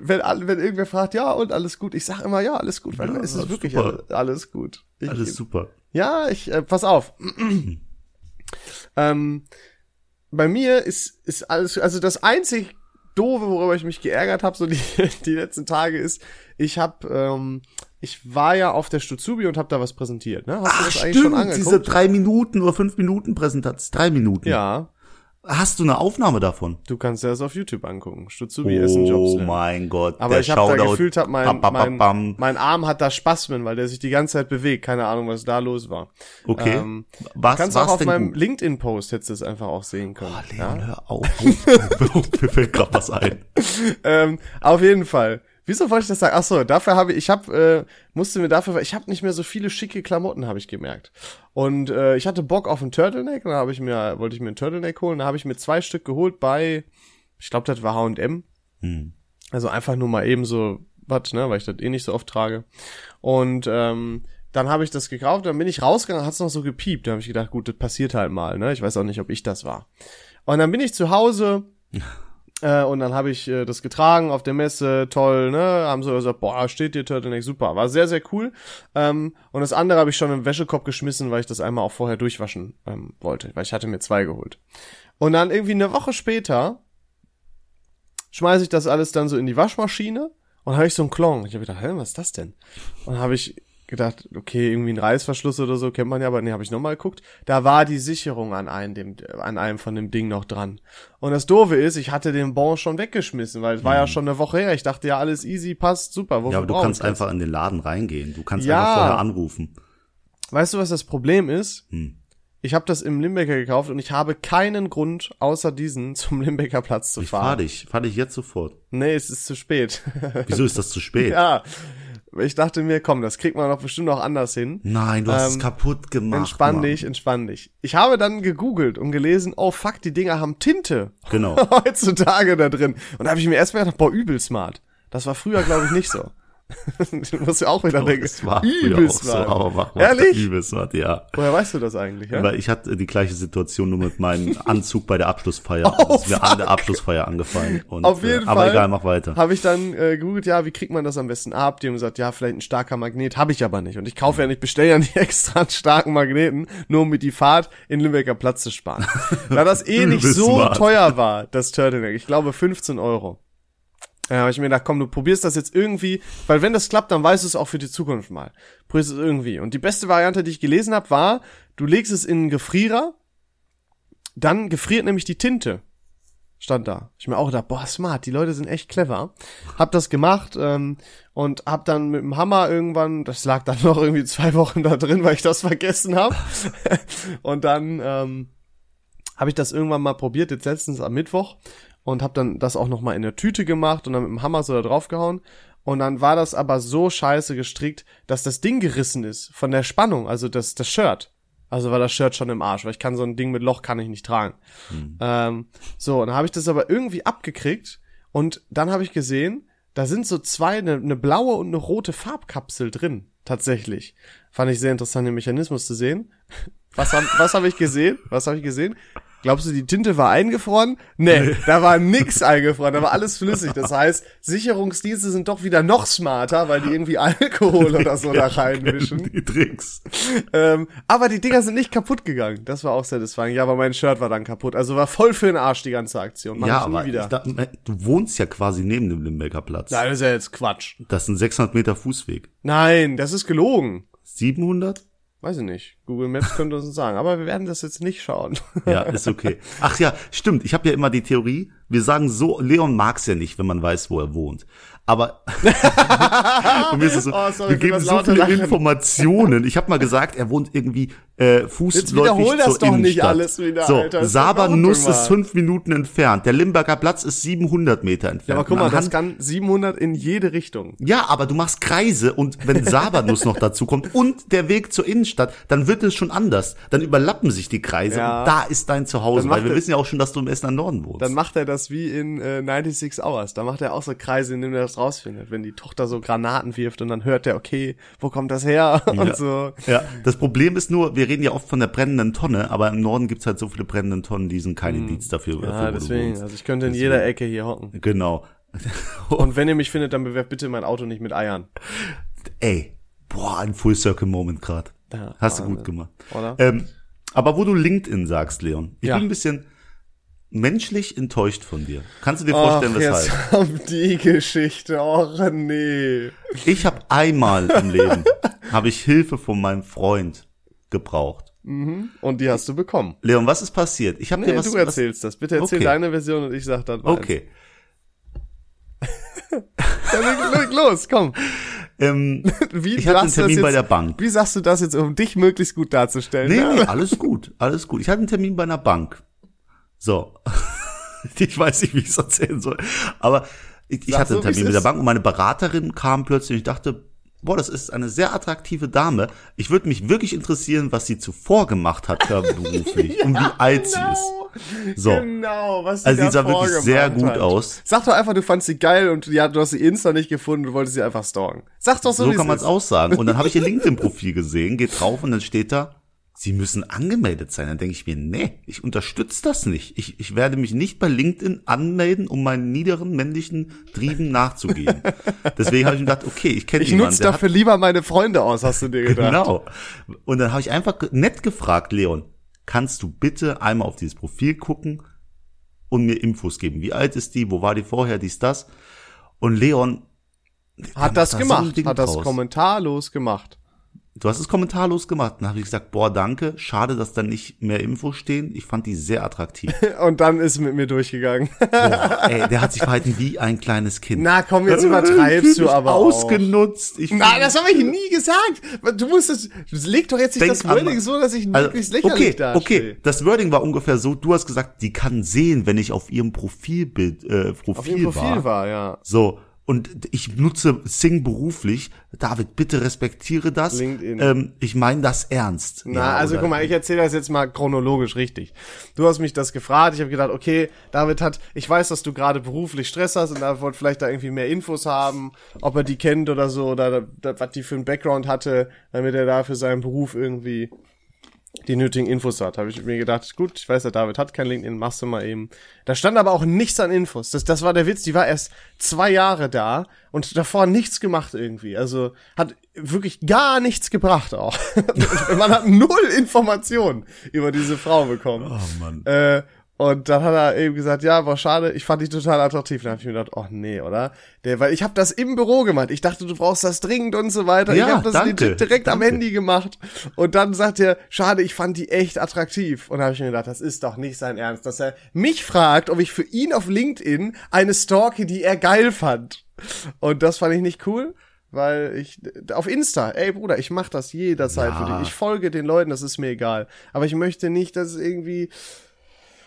[SPEAKER 2] wenn, all- wenn irgendwer fragt, ja und alles gut, ich sag immer, ja, alles gut, weil
[SPEAKER 1] Ja,
[SPEAKER 2] es ist
[SPEAKER 1] alles
[SPEAKER 2] wirklich
[SPEAKER 1] super.
[SPEAKER 2] alle- alles gut. Ich,
[SPEAKER 1] Alles super.
[SPEAKER 2] ja, ich, äh, pass auf. ähm, bei mir ist, ist alles, also das einzig doofe, worüber ich mich geärgert habe, so die, die letzten Tage ist, ich habe, ähm, ich war ja auf der Stuzubi und habe da was präsentiert, ne? Hast du das
[SPEAKER 1] Ach, stimmt, diese drei Minuten oder fünf Minuten Präsentation. Drei Minuten.
[SPEAKER 2] Ja.
[SPEAKER 1] Hast du eine Aufnahme davon?
[SPEAKER 2] Du kannst dir das auf YouTube angucken. Stutzubi ist ein
[SPEAKER 1] Oh
[SPEAKER 2] Jobs.
[SPEAKER 1] mein Gott.
[SPEAKER 2] Aber
[SPEAKER 1] der
[SPEAKER 2] ich habe da
[SPEAKER 1] Shoutout.
[SPEAKER 2] gefühlt, hab mein,
[SPEAKER 1] Bam, bam, bam,
[SPEAKER 2] mein,
[SPEAKER 1] bam.
[SPEAKER 2] mein Arm hat da Spasmen, weil der sich die ganze Zeit bewegt. Keine Ahnung, was da los war.
[SPEAKER 1] Okay.
[SPEAKER 2] ähm,
[SPEAKER 1] was
[SPEAKER 2] kannst
[SPEAKER 1] war's
[SPEAKER 2] auch auf
[SPEAKER 1] denn
[SPEAKER 2] meinem
[SPEAKER 1] gut?
[SPEAKER 2] LinkedIn-Post hättest du es einfach auch sehen können.
[SPEAKER 1] Oh,
[SPEAKER 2] ja?
[SPEAKER 1] Leon, hör auf. Oh, oh, Mir fällt gerade was ein.
[SPEAKER 2] ähm, auf jeden Fall. Wieso wollte ich das sagen? Ach so, dafür habe ich, ich habe, äh, musste mir dafür, ich habe nicht mehr so viele schicke Klamotten, habe ich gemerkt. Und äh, ich hatte Bock auf einen Turtleneck, und da habe ich mir, wollte ich mir einen Turtleneck holen, da habe ich mir zwei Stück geholt bei, ich glaube, das war H&M.
[SPEAKER 1] Hm.
[SPEAKER 2] Also einfach nur mal eben so was, ne, weil ich das eh nicht so oft trage. Und ähm, dann habe ich das gekauft, dann bin ich rausgegangen, hat's noch so gepiept. Da habe ich gedacht, gut, das passiert halt mal, ne? Ich weiß auch nicht, ob ich das war. Und dann bin ich zu Hause äh, und dann habe ich äh, das getragen auf der Messe, toll, ne? Haben so gesagt, boah, steht dir Turtleneck, super. War sehr, sehr cool. Ähm, und das andere habe ich schon im Wäschekorb geschmissen, weil ich das einmal auch vorher durchwaschen ähm, wollte, weil ich hatte mir zwei geholt. Und dann irgendwie eine Woche später schmeiße ich das alles dann so in die Waschmaschine und habe ich so einen Klon. Ich habe gedacht, hä, was ist das denn? Und habe ich gedacht, okay, irgendwie ein Reißverschluss oder so, kennt man ja, aber nee, habe ich nochmal geguckt. Da war die Sicherung an einem, dem, an einem von dem Ding noch dran. Und das Doofe ist, ich hatte den Bon schon weggeschmissen, weil es war ja schon eine Woche her. Ich dachte ja, alles easy, passt, super. Wofür
[SPEAKER 1] Mhm. Ja, aber du
[SPEAKER 2] brauche
[SPEAKER 1] kannst
[SPEAKER 2] ich das?
[SPEAKER 1] einfach in den Laden reingehen. Du kannst
[SPEAKER 2] Ja.
[SPEAKER 1] einfach vorher anrufen.
[SPEAKER 2] Weißt du, was das Problem ist?
[SPEAKER 1] Hm.
[SPEAKER 2] Ich habe das im Limbecker gekauft und ich habe keinen Grund, außer diesen, zum Limbecker Platz zu
[SPEAKER 1] Ich fahr
[SPEAKER 2] fahren.
[SPEAKER 1] dich. Fahr dich jetzt sofort.
[SPEAKER 2] Nee, es ist zu spät.
[SPEAKER 1] Wieso ist das zu spät?
[SPEAKER 2] Ja, ich dachte mir, komm, das kriegt man doch bestimmt auch anders hin.
[SPEAKER 1] Nein, du hast es
[SPEAKER 2] Ähm,
[SPEAKER 1] kaputt gemacht.
[SPEAKER 2] entspann
[SPEAKER 1] Mann.
[SPEAKER 2] dich, entspann dich. Ich habe dann gegoogelt und gelesen, oh fuck, die Dinger haben Tinte
[SPEAKER 1] Genau.
[SPEAKER 2] heutzutage da drin. Und da habe ich mir erstmal gedacht, boah, übel smart. Das war früher, glaube ich, nicht so. du musst ja auch wieder denken,
[SPEAKER 1] Das war
[SPEAKER 2] übel
[SPEAKER 1] übel auch
[SPEAKER 2] smart.
[SPEAKER 1] so, aber mach mal
[SPEAKER 2] Ehrlich?
[SPEAKER 1] Übel smart, ja.
[SPEAKER 2] Woher weißt du das eigentlich? Ja?
[SPEAKER 1] Weil ich hatte die gleiche Situation nur mit meinem Anzug bei der Abschlussfeier. das ist mir an der Abschlussfeier angefallen. Und,
[SPEAKER 2] Oh, Auf jeden
[SPEAKER 1] äh, aber
[SPEAKER 2] Fall
[SPEAKER 1] egal, mach weiter.
[SPEAKER 2] Habe ich dann äh, gegoogelt, ja, wie kriegt man das am besten ab? Die haben gesagt, ja, vielleicht ein starker Magnet, habe ich aber nicht. Und ich kaufe ja nicht, bestelle ja nicht extra einen starken Magneten, nur um mir die Fahrt in Lübecker Platz zu sparen. da das eh nicht
[SPEAKER 1] Übel
[SPEAKER 2] so
[SPEAKER 1] smart.
[SPEAKER 2] teuer war, das Turtleneck, ich glaube 15 Euro. Ja, habe ich mir gedacht, komm, du probierst das jetzt irgendwie, weil wenn das klappt, dann weißt du es auch für die Zukunft mal. Probierst es irgendwie. Und die beste Variante, die ich gelesen habe, war, du legst es in einen Gefrierer, dann gefriert nämlich die Tinte. Stand da. Ich mir auch gedacht, boah, smart, die Leute sind echt clever. Hab das gemacht ähm, und hab dann mit dem Hammer irgendwann, das lag dann noch irgendwie zwei Wochen da drin, weil ich das vergessen habe. und dann ähm, habe ich das irgendwann mal probiert, jetzt letztens am Mittwoch und habe dann das auch noch mal in der Tüte gemacht und dann mit dem Hammer so da draufgehauen und dann war das aber so scheiße gestrickt, dass das Ding gerissen ist von der Spannung, also das das Shirt. Also war das Shirt schon im Arsch, weil ich kann so ein Ding mit Loch kann ich nicht tragen. Ähm, so, und dann habe ich das aber irgendwie abgekriegt und dann habe ich gesehen, da sind so zwei, eine, eine blaue und eine rote Farbkapsel drin, tatsächlich. Fand ich sehr interessant, den Mechanismus zu sehen. Was habe was hab ich gesehen? Was habe ich gesehen? Glaubst du, die Tinte war eingefroren? Nee, da war nix eingefroren, da war alles flüssig. Das heißt, Sicherungsdienste sind doch wieder noch smarter, weil die irgendwie Alkohol oder so da reinmischen.
[SPEAKER 1] Die Tricks.
[SPEAKER 2] Ähm, aber die Dinger sind nicht kaputt gegangen. Das war auch satisfying. Ja, aber mein Shirt war dann kaputt. Also war voll für den Arsch die ganze Aktion. Mach
[SPEAKER 1] Ja,
[SPEAKER 2] ich nie
[SPEAKER 1] aber
[SPEAKER 2] wieder.
[SPEAKER 1] ich dachte, du wohnst ja quasi neben dem Limbecker Platz.
[SPEAKER 2] Nein, das ist ja jetzt Quatsch.
[SPEAKER 1] Das sind 600 Meter Fußweg.
[SPEAKER 2] Nein, das ist gelogen.
[SPEAKER 1] 700?
[SPEAKER 2] Weiß ich nicht. Google Maps könnte uns das sagen. Aber wir werden das jetzt nicht schauen.
[SPEAKER 1] Ja, ist okay. Ach ja, stimmt. Ich habe ja immer die Theorie, wir sagen so, Leon mag's ja nicht, wenn man weiß, wo er wohnt. Aber und mir ist es so,
[SPEAKER 2] Oh, sorry
[SPEAKER 1] wir
[SPEAKER 2] für
[SPEAKER 1] geben
[SPEAKER 2] das
[SPEAKER 1] so
[SPEAKER 2] laute
[SPEAKER 1] viele
[SPEAKER 2] Lachen.
[SPEAKER 1] Informationen. Ich habe mal gesagt, er wohnt irgendwie äh, fußläufig
[SPEAKER 2] wiederhol das
[SPEAKER 1] zur
[SPEAKER 2] doch nicht
[SPEAKER 1] Innenstadt.
[SPEAKER 2] alles wieder,
[SPEAKER 1] so,
[SPEAKER 2] Alter. Ist doch in
[SPEAKER 1] Sabernuss
[SPEAKER 2] Ordnung,
[SPEAKER 1] ist fünf Minuten entfernt. Der Limberger Platz ist 700 Meter entfernt.
[SPEAKER 2] aber guck
[SPEAKER 1] Und
[SPEAKER 2] mal,
[SPEAKER 1] anhand-
[SPEAKER 2] das kann 700 in jede Richtung.
[SPEAKER 1] ja, aber du machst Kreise und wenn Sabernuss noch dazu kommt und der Weg zur Innenstadt, dann wird es schon anders. Dann überlappen sich die Kreise
[SPEAKER 2] Ja.
[SPEAKER 1] und da ist dein Zuhause,
[SPEAKER 2] macht
[SPEAKER 1] weil wir
[SPEAKER 2] er-
[SPEAKER 1] wissen ja auch schon, dass du im Essener Norden wohnst.
[SPEAKER 2] Dann macht er das wie in äh, 96 Hours. Da macht er auch so Kreise, indem er das rausfindet. Wenn die Tochter so Granaten wirft und dann hört er, okay, wo kommt das her? Und so.
[SPEAKER 1] ja, das Problem ist nur, wir reden ja oft von der brennenden Tonne, aber im Norden gibt's halt so viele brennenden Tonnen, die sind kein Indiz dafür, für wo
[SPEAKER 2] Hm. Ja,
[SPEAKER 1] du
[SPEAKER 2] deswegen.
[SPEAKER 1] wohnst.
[SPEAKER 2] Also ich könnte in jeder Ecke hier hocken.
[SPEAKER 1] Genau.
[SPEAKER 2] Und wenn ihr mich findet, dann bewerbt bitte mein Auto nicht mit Eiern.
[SPEAKER 1] Ey, boah, ein Full Circle Moment grad.
[SPEAKER 2] Ja,
[SPEAKER 1] Hast du
[SPEAKER 2] Wahnsinn.
[SPEAKER 1] gut gemacht.
[SPEAKER 2] Oder?
[SPEAKER 1] Ähm, aber wo du LinkedIn sagst, Leon, ich
[SPEAKER 2] Ja.
[SPEAKER 1] bin ein bisschen menschlich enttäuscht von dir. Kannst du dir vorstellen, halt. weshalb?
[SPEAKER 2] jetzt kommt die Geschichte. Och, nee.
[SPEAKER 1] Ich habe einmal im Leben habe ich Hilfe von meinem Freund gebraucht.
[SPEAKER 2] Und die hast du bekommen.
[SPEAKER 1] Leon, was ist passiert? Ich habe
[SPEAKER 2] Nee,
[SPEAKER 1] dir was,
[SPEAKER 2] du erzählst das. Bitte erzähl
[SPEAKER 1] Okay.
[SPEAKER 2] deine Version und ich sag dann
[SPEAKER 1] was
[SPEAKER 2] meins.
[SPEAKER 1] Okay.
[SPEAKER 2] Dann leg los, komm.
[SPEAKER 1] Ähm,
[SPEAKER 2] Wie
[SPEAKER 1] Ich hatte einen
[SPEAKER 2] sagst du das
[SPEAKER 1] Termin bei
[SPEAKER 2] jetzt-
[SPEAKER 1] der Bank.
[SPEAKER 2] Wie sagst du das jetzt, um dich möglichst gut darzustellen? ne?
[SPEAKER 1] nee,
[SPEAKER 2] Ja.
[SPEAKER 1] nee, alles gut, alles gut. Ich hatte einen Termin bei einer Bank. So. Ich weiß nicht, wie ich es erzählen soll. Aber ich, ich
[SPEAKER 2] Sag
[SPEAKER 1] hatte
[SPEAKER 2] so,
[SPEAKER 1] einen Termin
[SPEAKER 2] wie's
[SPEAKER 1] mit der
[SPEAKER 2] ist.
[SPEAKER 1] Bank und meine Beraterin kam plötzlich und ich dachte, boah, das ist eine sehr attraktive Dame. Ich würde mich wirklich interessieren, was sie zuvor gemacht hat da beruflich und wie alt sie ist. So.
[SPEAKER 2] Genau, was sie
[SPEAKER 1] Also die sah
[SPEAKER 2] davor
[SPEAKER 1] wirklich sehr
[SPEAKER 2] gemacht
[SPEAKER 1] gut
[SPEAKER 2] hat.
[SPEAKER 1] aus.
[SPEAKER 2] Sag doch einfach, du fandst sie geil und ja, du hast sie Insta nicht gefunden und wolltest sie einfach stalken. Sag doch so,
[SPEAKER 1] So
[SPEAKER 2] wie
[SPEAKER 1] kann man
[SPEAKER 2] es
[SPEAKER 1] es
[SPEAKER 2] ist.
[SPEAKER 1] aussagen. Und dann habe ich ihr LinkedIn-Profil gesehen, geht drauf und dann steht da, sie müssen angemeldet sein. Dann denke ich mir, nee, ich unterstütze das nicht. Ich, ich werde mich nicht bei LinkedIn anmelden, um meinen niederen männlichen Trieben nachzugehen. Deswegen habe ich mir gedacht, okay, ich kenne
[SPEAKER 2] Ich
[SPEAKER 1] jemanden,
[SPEAKER 2] nutze
[SPEAKER 1] der hat
[SPEAKER 2] dafür lieber meine Freunde aus, hast du dir gedacht.
[SPEAKER 1] Genau. Und dann habe ich einfach ge- nett gefragt, Leon, kannst du bitte einmal auf dieses Profil gucken und mir Infos geben? Wie alt ist die? Wo war die vorher? Dies, das? Und Leon,
[SPEAKER 2] Hat das
[SPEAKER 1] Da ist so ein
[SPEAKER 2] gemacht,
[SPEAKER 1] Ding
[SPEAKER 2] hat das
[SPEAKER 1] draus.
[SPEAKER 2] kommentarlos gemacht.
[SPEAKER 1] du hast es kommentarlos gemacht. Dann habe ich gesagt, boah, danke. Schade, dass da nicht mehr Infos stehen. Ich fand die sehr attraktiv.
[SPEAKER 2] Und dann ist mit mir durchgegangen.
[SPEAKER 1] Boah, ey, der hat sich verhalten wie ein kleines Kind.
[SPEAKER 2] Na komm, jetzt
[SPEAKER 1] Ich
[SPEAKER 2] übertreibst
[SPEAKER 1] fühl
[SPEAKER 2] du
[SPEAKER 1] mich
[SPEAKER 2] aber auch.
[SPEAKER 1] Ausgenutzt. Ich
[SPEAKER 2] Nein, das habe ich nie gesagt. Du musst es, leg doch jetzt nicht
[SPEAKER 1] Denk
[SPEAKER 2] das Wording
[SPEAKER 1] an-
[SPEAKER 2] so, dass ich
[SPEAKER 1] Also,
[SPEAKER 2] möglichst lächerlich
[SPEAKER 1] okay,
[SPEAKER 2] dastehe.
[SPEAKER 1] okay. Das Wording war ungefähr so. Du hast gesagt, die kann sehen, wenn ich auf ihrem Profilbild, äh, Profil,
[SPEAKER 2] Auf ihrem
[SPEAKER 1] war.
[SPEAKER 2] Profil war, ja.
[SPEAKER 1] So. Und ich nutze Sing beruflich. David, bitte respektiere das.
[SPEAKER 2] LinkedIn.
[SPEAKER 1] Ähm, ich meine das ernst.
[SPEAKER 2] Na, also guck mal, ich erzähle das jetzt mal chronologisch richtig. Du hast mich das gefragt, ich habe gedacht, okay, David hat, ich weiß, dass du gerade beruflich Stress hast und David wollte vielleicht da irgendwie mehr Infos haben, ob er die kennt oder so, oder da- was die für einen Background hatte, damit er da für seinen Beruf irgendwie die nötigen Infos hat. Habe ich mir gedacht, gut, ich weiß, der David hat kein LinkedIn, machst du mal eben. Da stand aber auch nichts an Infos. Das, das war der Witz, die war erst zwei Jahre da und davor nichts gemacht irgendwie. Also hat wirklich gar nichts gebracht auch. Man hat null Informationen über diese Frau bekommen.
[SPEAKER 1] Oh Mann.
[SPEAKER 2] Äh, und dann hat er eben gesagt, ja, war schade, ich fand dich total attraktiv. Dann habe ich mir gedacht, oh nee, oder? Der, weil ich habe das im Büro gemacht. Ich dachte, du brauchst das dringend und so weiter.
[SPEAKER 1] Ja,
[SPEAKER 2] ich habe das
[SPEAKER 1] danke,
[SPEAKER 2] legit direkt am
[SPEAKER 1] danke.
[SPEAKER 2] Handy gemacht. Und dann sagt er, schade, ich fand die echt attraktiv. Und da habe ich mir gedacht, das ist doch nicht sein Ernst, dass er mich fragt, ob ich für ihn auf LinkedIn eine stalke, die er geil fand. Und das fand ich nicht cool. Weil ich auf Insta, ey Bruder, ich mach das jederzeit für dich. Ich folge den Leuten, das ist mir egal. Aber ich möchte nicht, dass es irgendwie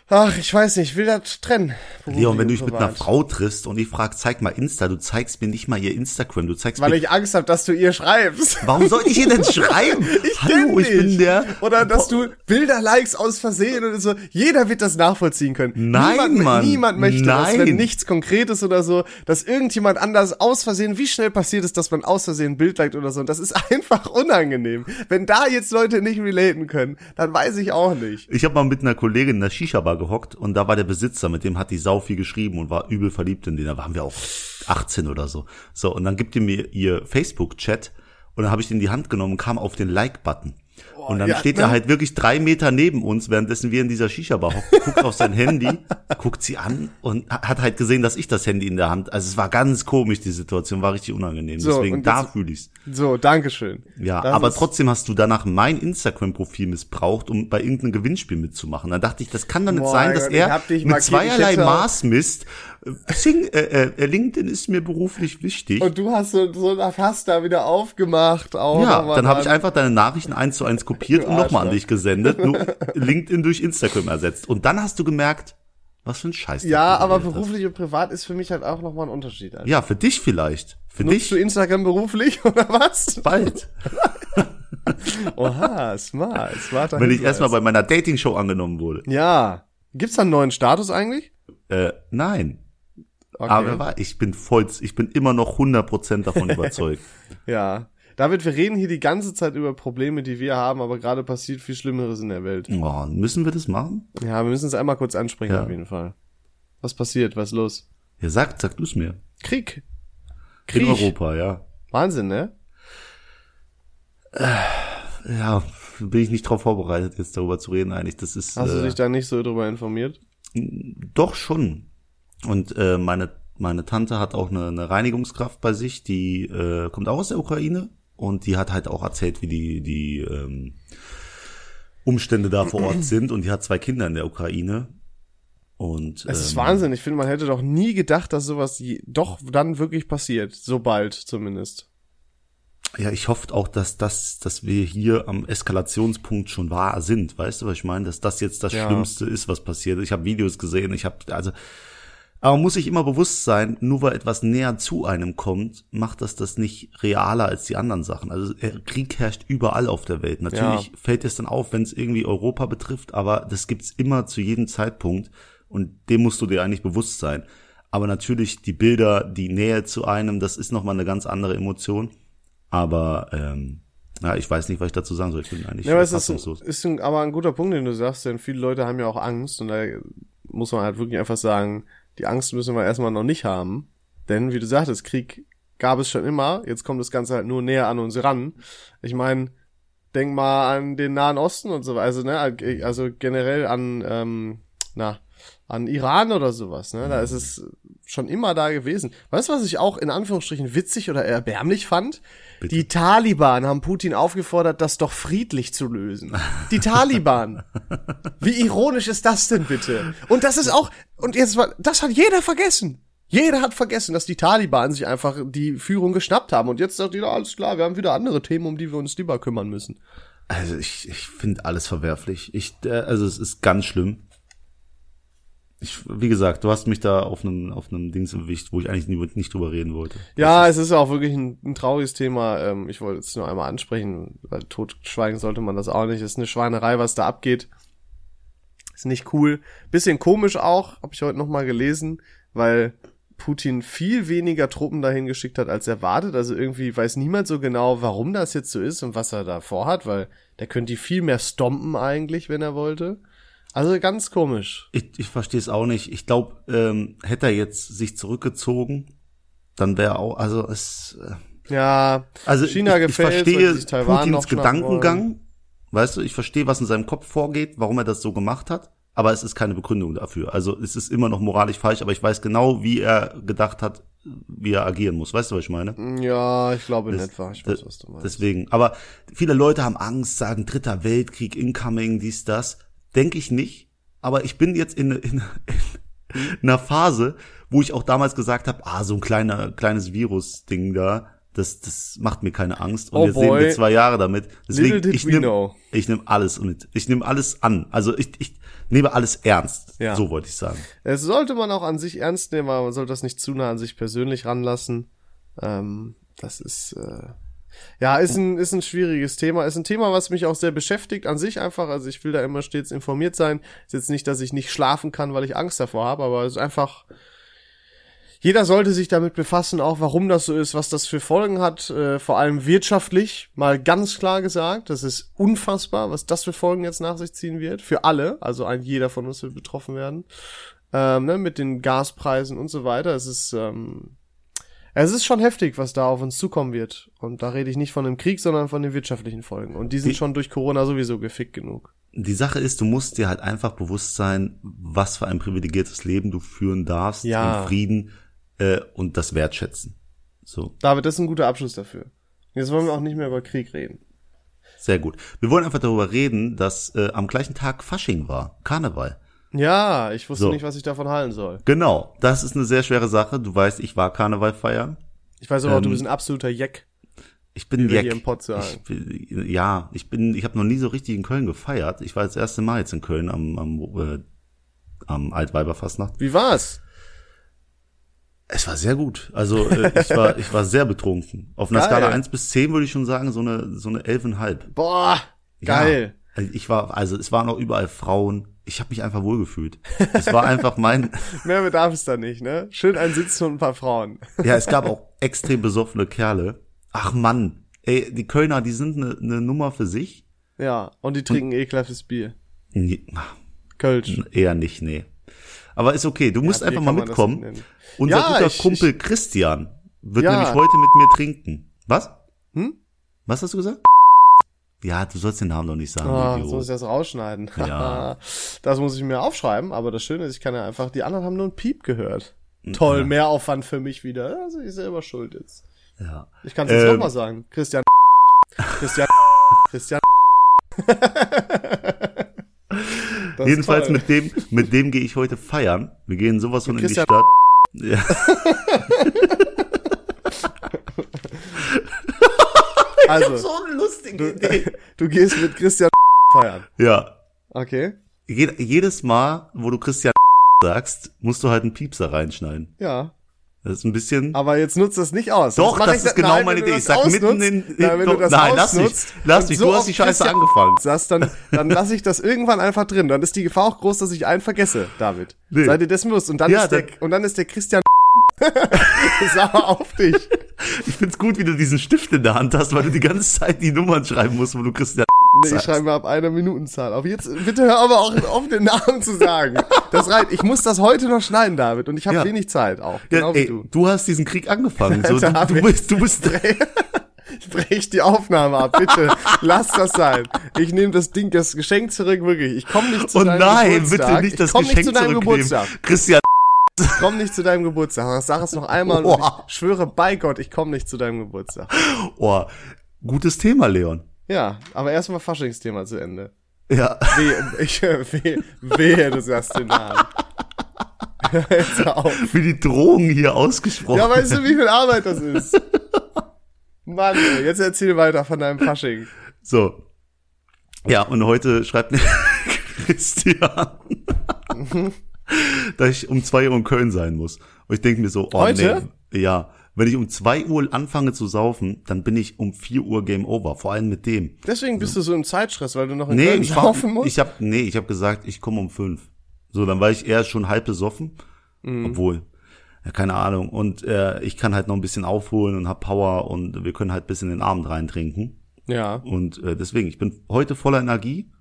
[SPEAKER 2] Ach, ich weiß nicht, ich will das trennen.
[SPEAKER 1] Leon, wenn du dich mit einer
[SPEAKER 2] Privat.
[SPEAKER 1] Frau triffst und ich frage, zeig mal Insta, du zeigst mir nicht mal ihr Instagram, du zeigst
[SPEAKER 2] Weil
[SPEAKER 1] mir.
[SPEAKER 2] ich Angst habe, dass du ihr schreibst.
[SPEAKER 1] warum soll ich ihr denn schreiben?
[SPEAKER 2] Ich
[SPEAKER 1] Hallo,
[SPEAKER 2] kenn
[SPEAKER 1] ich bin
[SPEAKER 2] dich.
[SPEAKER 1] der.
[SPEAKER 2] Oder dass du Bilder likes aus Versehen oder so. Jeder wird das nachvollziehen können.
[SPEAKER 1] Nein,
[SPEAKER 2] niemand,
[SPEAKER 1] Mann.
[SPEAKER 2] niemand möchte das,
[SPEAKER 1] Nein.
[SPEAKER 2] wenn nichts Konkretes oder so, dass irgendjemand anders aus Versehen, wie schnell passiert es, dass man aus Versehen ein Bild liked oder so. Und das ist einfach unangenehm. Wenn da jetzt Leute nicht relaten können, dann weiß ich auch nicht.
[SPEAKER 1] Ich habe mal mit einer Kollegin in der Shisha-Bar gehockt und da war der Besitzer, mit dem hat die Sau viel geschrieben und war übel verliebt in den. Da waren wir auch 18 oder so. So, und dann gibt die mir ihr Facebook-Chat und dann habe ich den in die Hand genommen und kam auf den Like-Button. Und dann
[SPEAKER 2] ja,
[SPEAKER 1] steht
[SPEAKER 2] ne?
[SPEAKER 1] er halt wirklich drei Meter neben uns, währenddessen wir in dieser Shisha-Bar hocken, guckt auf sein Handy, guckt sie an und hat halt gesehen, dass ich das Handy in der Hand. Also es war ganz komisch, die Situation war richtig unangenehm.
[SPEAKER 2] So,
[SPEAKER 1] Deswegen
[SPEAKER 2] und
[SPEAKER 1] da
[SPEAKER 2] jetzt-
[SPEAKER 1] fühle ich's.
[SPEAKER 2] So, Dankeschön.
[SPEAKER 1] Ja,
[SPEAKER 2] Das
[SPEAKER 1] aber
[SPEAKER 2] ist-
[SPEAKER 1] trotzdem hast du danach mein Instagram-Profil missbraucht, um bei irgendeinem Gewinnspiel mitzumachen. Dann dachte ich, das kann doch nicht
[SPEAKER 2] Boah,
[SPEAKER 1] sein, dass
[SPEAKER 2] Gott, ich
[SPEAKER 1] er
[SPEAKER 2] hab dich
[SPEAKER 1] mit
[SPEAKER 2] markiert, ich
[SPEAKER 1] zweierlei
[SPEAKER 2] hätte auch-
[SPEAKER 1] Maß misst. Äh, Sing, äh, äh, LinkedIn ist mir beruflich wichtig.
[SPEAKER 2] Und du hast so, so einen Fass da wieder aufgemacht. Auch
[SPEAKER 1] ja,
[SPEAKER 2] nochmal
[SPEAKER 1] dann habe
[SPEAKER 2] dran.
[SPEAKER 1] ich einfach deine Nachrichten eins zu eins kopiert
[SPEAKER 2] Du
[SPEAKER 1] und nochmal an
[SPEAKER 2] Arschloch.
[SPEAKER 1] dich gesendet, nur LinkedIn durch Instagram ersetzt. Und dann hast du gemerkt, was für ein Scheiß. du
[SPEAKER 2] Ja, aber
[SPEAKER 1] geredet hast.
[SPEAKER 2] beruflich und privat ist für mich halt auch nochmal ein Unterschied. Also.
[SPEAKER 1] Ja, für dich vielleicht. Für
[SPEAKER 2] Nutzt du
[SPEAKER 1] dich
[SPEAKER 2] Instagram beruflich oder was?
[SPEAKER 1] bald.
[SPEAKER 2] Oha, smart, smarter
[SPEAKER 1] Wenn ich
[SPEAKER 2] Hinweis.
[SPEAKER 1] erstmal bei meiner Dating-Show angenommen wurde.
[SPEAKER 2] Ja. Gibt's da einen neuen Status eigentlich?
[SPEAKER 1] Äh, nein.
[SPEAKER 2] Okay.
[SPEAKER 1] Aber wa- ich bin voll, ich bin immer noch 100% davon überzeugt.
[SPEAKER 2] ja. David, wir reden hier die ganze Zeit über Probleme, die wir haben, aber gerade passiert viel Schlimmeres in der Welt.
[SPEAKER 1] Oh, müssen wir das machen?
[SPEAKER 2] Ja, wir müssen es einmal kurz ansprechen,
[SPEAKER 1] Ja.
[SPEAKER 2] auf jeden Fall. Was passiert? Was ist los?
[SPEAKER 1] Ja, sag, sag du es mir.
[SPEAKER 2] Krieg.
[SPEAKER 1] In Europa, ja.
[SPEAKER 2] Wahnsinn, ne?
[SPEAKER 1] Ja, bin ich nicht drauf vorbereitet, jetzt darüber zu reden eigentlich. Das ist
[SPEAKER 2] Hast du
[SPEAKER 1] äh,
[SPEAKER 2] dich da nicht so drüber informiert?
[SPEAKER 1] doch schon. Und äh, meine, meine Tante hat auch eine, eine Reinigungskraft bei sich, die äh, kommt auch aus der Ukraine und die hat halt auch erzählt, wie die, die ähm, Umstände da vor Ort sind und die hat zwei Kinder in der Ukraine. Und
[SPEAKER 2] Es ist
[SPEAKER 1] ähm,
[SPEAKER 2] Wahnsinn. Ich finde, man hätte doch nie gedacht, dass sowas je, doch dann wirklich passiert. So bald zumindest.
[SPEAKER 1] ja, ich hoffe auch, dass das, dass wir hier am Eskalationspunkt schon wahr sind. Weißt du, was ich meine? Dass das jetzt das
[SPEAKER 2] Ja.
[SPEAKER 1] Schlimmste ist, was passiert. Ich habe Videos gesehen, ich habe also aber man muss sich immer bewusst sein, nur weil etwas näher zu einem kommt, macht das das nicht realer als die anderen Sachen. Also äh, Krieg herrscht überall auf der Welt. Natürlich
[SPEAKER 2] Ja.
[SPEAKER 1] fällt es dann auf, wenn es irgendwie Europa betrifft, aber das gibt's immer zu jedem Zeitpunkt und dem musst du dir eigentlich bewusst sein. Aber natürlich die Bilder, die Nähe zu einem, das ist nochmal eine ganz andere Emotion. Aber ähm, ja, ich weiß nicht, was ich dazu sagen soll. Ich bin eigentlich
[SPEAKER 2] Ja, aber es ist,
[SPEAKER 1] fassungslos.
[SPEAKER 2] ist ein, aber ein guter Punkt, den du sagst, denn viele Leute haben ja auch Angst und da muss man halt wirklich einfach sagen, die Angst müssen wir erstmal noch nicht haben, denn wie du sagtest, Krieg gab es schon immer, jetzt kommt das Ganze halt nur näher an uns ran. Ich meine, denk mal an den Nahen Osten und so weiter, also, ne, also generell an, ähm, na, an Iran oder sowas, ne, da ist es schon immer da gewesen. Weißt du, was ich auch in Anführungsstrichen witzig oder erbärmlich fand?
[SPEAKER 1] Bitte.
[SPEAKER 2] Die Taliban haben Putin aufgefordert, das doch friedlich zu lösen. Die Taliban. Wie ironisch ist das denn bitte? Und das ist auch, und jetzt war, das hat jeder vergessen. Jeder hat vergessen, dass die Taliban sich einfach die Führung geschnappt haben. Und jetzt sagt jeder, alles klar, wir haben wieder andere Themen, um die wir uns lieber kümmern müssen.
[SPEAKER 1] Also ich, ich finde alles verwerflich. Ich, äh, also es ist ganz schlimm. Ich, wie gesagt, du hast mich da auf einem auf einem Dings erwischt, wo ich eigentlich nie, nicht drüber reden wollte.
[SPEAKER 2] Ja, es ist auch wirklich ein, ein trauriges Thema. Ähm, Ich wollte es nur einmal ansprechen, weil totschweigen sollte man das auch nicht. Es ist eine Schweinerei, was da abgeht. Ist nicht cool. Bisschen komisch auch, habe ich heute nochmal gelesen, weil Putin viel weniger Truppen dahin geschickt hat, als erwartet. Also irgendwie weiß niemand so genau, warum das jetzt so ist und was er da vorhat, weil der könnte die viel mehr stompen eigentlich, wenn er wollte. Also ganz komisch.
[SPEAKER 1] Ich, ich verstehe es auch nicht. Ich glaube, ähm, hätte er jetzt sich zurückgezogen, dann wäre auch, also es, äh,
[SPEAKER 2] Ja,
[SPEAKER 1] also
[SPEAKER 2] China
[SPEAKER 1] ich, ich
[SPEAKER 2] gefällt,
[SPEAKER 1] verstehe
[SPEAKER 2] sollte sich Taiwan noch
[SPEAKER 1] Putins
[SPEAKER 2] schnappen
[SPEAKER 1] Gedankengang. Weißt du, ich verstehe, was in seinem Kopf vorgeht, warum er das so gemacht hat. Aber es ist keine Begründung dafür. Also es ist immer noch moralisch falsch, aber ich weiß genau, wie er gedacht hat, wie er agieren muss. Weißt du, was ich meine?
[SPEAKER 2] ja, ich glaube in
[SPEAKER 1] Das-
[SPEAKER 2] etwa. Ich
[SPEAKER 1] das-
[SPEAKER 2] weiß, was du meinst.
[SPEAKER 1] Deswegen. Aber viele Leute haben Angst, sagen dritter Weltkrieg, incoming, dies, das. Denke ich nicht. Aber ich bin jetzt in, in, in einer Phase, wo ich auch damals gesagt habe, ah, so ein kleiner, kleines Virus-Ding da, das, das macht mir keine Angst. Und
[SPEAKER 2] Oh
[SPEAKER 1] jetzt sehen wir
[SPEAKER 2] boy.
[SPEAKER 1] zwei Jahre damit. Deswegen,
[SPEAKER 2] Little did
[SPEAKER 1] ich
[SPEAKER 2] we
[SPEAKER 1] nehme
[SPEAKER 2] know.
[SPEAKER 1] ich nehm alles mit. Ich nehme alles an. Also ich, ich nehme alles ernst.
[SPEAKER 2] Ja.
[SPEAKER 1] So wollte ich sagen.
[SPEAKER 2] Es sollte man auch an sich ernst nehmen, aber man sollte das nicht zu nah an sich persönlich ranlassen. Ähm, das ist äh, ja ist ein ist ein schwieriges Thema. Ist ein Thema, was mich auch sehr beschäftigt an sich einfach. Also ich will da immer stets informiert sein. Ist jetzt nicht, dass ich nicht schlafen kann, weil ich Angst davor habe, aber es ist einfach jeder sollte sich damit befassen, auch warum das so ist, was das für Folgen hat, äh, vor allem wirtschaftlich, mal ganz klar gesagt. Das ist unfassbar, was das für Folgen jetzt nach sich ziehen wird. Für alle, also ein jeder von uns wird betroffen werden. Ähm, ne, mit den Gaspreisen und so weiter. Es ist, ähm, es ist schon heftig, was da auf uns zukommen wird. Und da rede ich nicht von dem Krieg, sondern von den wirtschaftlichen Folgen. Und die sind
[SPEAKER 1] Die-
[SPEAKER 2] schon durch Corona sowieso gefickt genug.
[SPEAKER 1] Die Sache ist, du musst dir halt einfach bewusst sein, was für ein privilegiertes Leben du führen darfst
[SPEAKER 2] Ja.
[SPEAKER 1] im Frieden äh, und das wertschätzen. So,
[SPEAKER 2] David, das ist ein guter Abschluss dafür. Jetzt wollen wir auch nicht mehr über Krieg reden.
[SPEAKER 1] sehr gut. Wir wollen einfach darüber reden, dass äh, am gleichen Tag Fasching war, Karneval.
[SPEAKER 2] Ja, ich wusste
[SPEAKER 1] So.
[SPEAKER 2] nicht, was ich davon halten soll.
[SPEAKER 1] Genau, das ist eine sehr schwere Sache. Du weißt, ich war Karneval feiern.
[SPEAKER 2] Ich weiß aber, auch, du
[SPEAKER 1] Ähm,
[SPEAKER 2] bist ein absoluter Jack.
[SPEAKER 1] Ich bin
[SPEAKER 2] wir
[SPEAKER 1] Jack.
[SPEAKER 2] hier im Pott sagen.
[SPEAKER 1] Ich bin, ja, ich bin, ich habe noch nie so richtig in Köln gefeiert. Ich war das erste Mal jetzt in Köln am am, äh, am Altweiberfastnacht.
[SPEAKER 2] Wie war's?
[SPEAKER 1] Es war sehr gut. Also äh, ich war ich war sehr betrunken. Auf einer
[SPEAKER 2] Geil.
[SPEAKER 1] Skala 1 bis 10 würde ich schon sagen, so eine so eine 11,5.
[SPEAKER 2] Boah, geil.
[SPEAKER 1] Ja. Also Ich war also es waren auch überall Frauen. Ich habe mich einfach wohlgefühlt. Es war einfach mein
[SPEAKER 2] Mehr bedarf es da nicht, ne? Schön ein Sitzen und ein paar Frauen.
[SPEAKER 1] Ja, es gab auch extrem besoffene Kerle. Ach Mann, ey, die Kölner, die sind eine ne Nummer für sich.
[SPEAKER 2] Ja, und die trinken ekelhaftes Bier.
[SPEAKER 1] Nee,
[SPEAKER 2] Kölsch.
[SPEAKER 1] eher nicht, nee. Aber ist okay, du musst
[SPEAKER 2] Bier
[SPEAKER 1] einfach
[SPEAKER 2] kann
[SPEAKER 1] mal
[SPEAKER 2] man das
[SPEAKER 1] mitkommen.
[SPEAKER 2] nicht nennen.
[SPEAKER 1] Unser
[SPEAKER 2] Ja,
[SPEAKER 1] guter
[SPEAKER 2] ich-
[SPEAKER 1] Kumpel Christian wird
[SPEAKER 2] Ja.
[SPEAKER 1] nämlich heute mit mir trinken. Was?
[SPEAKER 2] Hm?
[SPEAKER 1] Was hast du gesagt? Ja, du sollst den Namen doch nicht sagen,
[SPEAKER 2] Ah,
[SPEAKER 1] du
[SPEAKER 2] jetzt muss ich
[SPEAKER 1] Idiot.
[SPEAKER 2] das rausschneiden.
[SPEAKER 1] Ja.
[SPEAKER 2] das muss ich mir aufschreiben, aber das Schöne ist, ich kann ja einfach, die anderen haben nur ein Piep gehört. Toll, mehr Aufwand für mich wieder. Also ich selber schuld jetzt.
[SPEAKER 1] Ja.
[SPEAKER 2] Ich kann es jetzt
[SPEAKER 1] Ähm.
[SPEAKER 2] nochmal sagen. Christian. Christian. Christian. Das ist
[SPEAKER 1] Jedenfalls
[SPEAKER 2] toll.
[SPEAKER 1] mit dem, mit dem gehe ich heute feiern. Wir gehen sowas von in die
[SPEAKER 2] Christian-
[SPEAKER 1] Stadt. Ja.
[SPEAKER 2] Also,
[SPEAKER 1] eine lustige
[SPEAKER 2] du, du gehst mit Christian feiern.
[SPEAKER 1] Ja.
[SPEAKER 2] Okay.
[SPEAKER 1] Jed jedes Mal, wo du Christian sagst, musst du halt einen Piepser reinschneiden.
[SPEAKER 2] Ja.
[SPEAKER 1] Das ist ein bisschen.
[SPEAKER 2] Aber jetzt nutzt das nicht aus.
[SPEAKER 1] Doch,
[SPEAKER 2] mach
[SPEAKER 1] das
[SPEAKER 2] ich
[SPEAKER 1] ist
[SPEAKER 2] da-
[SPEAKER 1] genau
[SPEAKER 2] nein,
[SPEAKER 1] meine
[SPEAKER 2] wenn du
[SPEAKER 1] Idee.
[SPEAKER 2] das
[SPEAKER 1] Ich sag mitten
[SPEAKER 2] ausnutzt-
[SPEAKER 1] in-
[SPEAKER 2] nein, wenn du
[SPEAKER 1] Doch,
[SPEAKER 2] das
[SPEAKER 1] nein, lass mich.
[SPEAKER 2] ausnutzt
[SPEAKER 1] Lass
[SPEAKER 2] und
[SPEAKER 1] mich, du hast
[SPEAKER 2] auf
[SPEAKER 1] die Scheiße
[SPEAKER 2] Christian
[SPEAKER 1] angefangen.
[SPEAKER 2] Das, dann, dann lasse ich das irgendwann einfach drin. Dann ist die Gefahr auch groß, dass ich einen vergesse, David.
[SPEAKER 1] Nee.
[SPEAKER 2] Sei dir dessen bewusst. Und dann,
[SPEAKER 1] Ja,
[SPEAKER 2] ist, der,
[SPEAKER 1] dann-
[SPEAKER 2] und dann ist der Christian sauer auf dich.
[SPEAKER 1] Ich find's gut, wie du diesen Stift in der Hand hast, weil du die ganze Zeit die Nummern schreiben musst, wo du Christian
[SPEAKER 2] Nee, ich schreibe mal ab einer Minutenzahl. Auf jetzt, bitte hör aber auch auf, den Namen zu sagen. Das reicht. Ich muss das heute noch schneiden, David. Und ich habe
[SPEAKER 1] Ja.
[SPEAKER 2] wenig Zeit auch.
[SPEAKER 1] ja,
[SPEAKER 2] Genau wie
[SPEAKER 1] ey,
[SPEAKER 2] du.
[SPEAKER 1] du. hast diesen Krieg angefangen. So, du,
[SPEAKER 2] Alter,
[SPEAKER 1] du bist, du bist,
[SPEAKER 2] Ich brech die Aufnahme ab, bitte. Lass das sein. Ich nehme das Ding, das Geschenk zurück, wirklich. Ich komme nicht zu
[SPEAKER 1] oh
[SPEAKER 2] deinem
[SPEAKER 1] nein,
[SPEAKER 2] Geburtstag.
[SPEAKER 1] bitte nicht das
[SPEAKER 2] ich komm
[SPEAKER 1] Geschenk
[SPEAKER 2] nicht zu deinem
[SPEAKER 1] zurücknehmen.
[SPEAKER 2] Geburtstag.
[SPEAKER 1] Christian,
[SPEAKER 2] Ich komm nicht zu deinem Geburtstag. Sag es noch einmal und
[SPEAKER 1] Boah.
[SPEAKER 2] ich schwöre bei Gott, ich komme nicht zu deinem Geburtstag.
[SPEAKER 1] oh, gutes Thema, Leon.
[SPEAKER 2] Ja, aber erstmal Faschingsthema zu Ende.
[SPEAKER 1] Ja.
[SPEAKER 2] Wehe, ich, wehe, wehe du sagst den Namen. Jetzt hör auf.
[SPEAKER 1] wie die Drohung hier ausgesprochen.
[SPEAKER 2] Ja, weißt du, wie viel Arbeit das ist? Mann, ey, jetzt erzähl weiter von deinem Fasching.
[SPEAKER 1] so. Ja, und heute schreibt mir Christian, dass ich um 2 Uhr in Köln sein muss. Und ich denke mir so, oh
[SPEAKER 2] Heute?
[SPEAKER 1] nee, ja, wenn ich um 2 Uhr anfange zu saufen, dann bin ich um 4 Uhr Game Over, vor allem mit dem.
[SPEAKER 2] Deswegen bist du so im Zeitstress, weil du noch in
[SPEAKER 1] Nee,
[SPEAKER 2] Köln
[SPEAKER 1] ich, war,
[SPEAKER 2] laufen musst.
[SPEAKER 1] ich hab, nee, ich habe gesagt, ich komme um 5. So, dann war ich eher schon halb besoffen,
[SPEAKER 2] Mhm.
[SPEAKER 1] obwohl ja, keine Ahnung und äh, ich kann halt noch ein bisschen aufholen und hab Power und wir können halt bis in den Abend reintrinken.
[SPEAKER 2] ja.
[SPEAKER 1] Und äh, deswegen, ich bin heute voller Energie